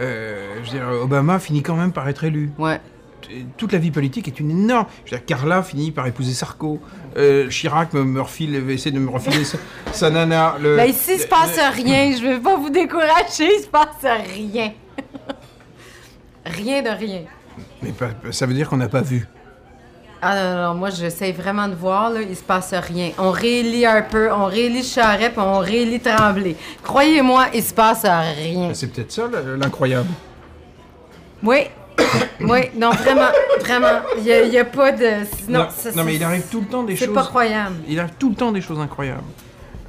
euh, je veux dire, Obama finit quand même par être élu. Ouais. T- Toute la vie politique est une énorme. Je veux dire, Carla finit par épouser Sarko. Euh, Chirac me, me refile, essaie de me refiler sa, sa nana. Euh, Le, Ben ici, il se le- passe rien. Je vais pas vous décourager, il se passe rien. *laughs* Rien de rien. Mais pa- pa- ça veut dire qu'on n'a pas vu. Ah non, non, non, moi j'essaie vraiment de voir, là, il se passe rien. On réélit un peu, on réélit Charette, puis on réélit Tremblay. Croyez-moi, il se passe rien. C'est peut-être ça le- l'incroyable. Oui, oui, non, vraiment, vraiment. Il n'y a, pas de. Non, ça, mais il c'est- arrive tout le temps des C'est choses. pas croyable. Il arrive tout le temps des choses incroyables.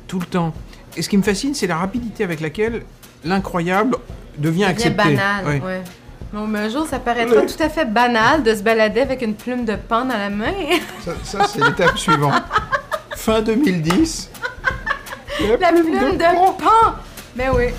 Tout le temps. Et ce qui me fascine, c'est la rapidité avec laquelle l'incroyable devient Ça devient accepté. banal, Ouais. ouais. Non, mais un jour, ça paraîtra tout à fait banal de se balader avec une plume de pan dans la main. *laughs* Ça, ça, c'est l'étape suivante. Fin 2010. la plume de pan! Ben oui.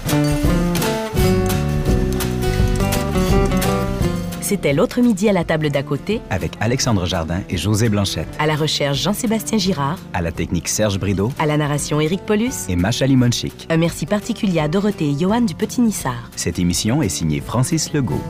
C'était l'autre midi à la table d'à côté, Avec Alexandre Jardin et José Blanchette. à la recherche Jean-Sébastien Girard, À la technique Serge Brideau à la narration Éric Paulus. et Macha Limonchik. Un merci particulier à Dorothée et Johan du Petit Nissard. Cette émission est signée Francis Legault.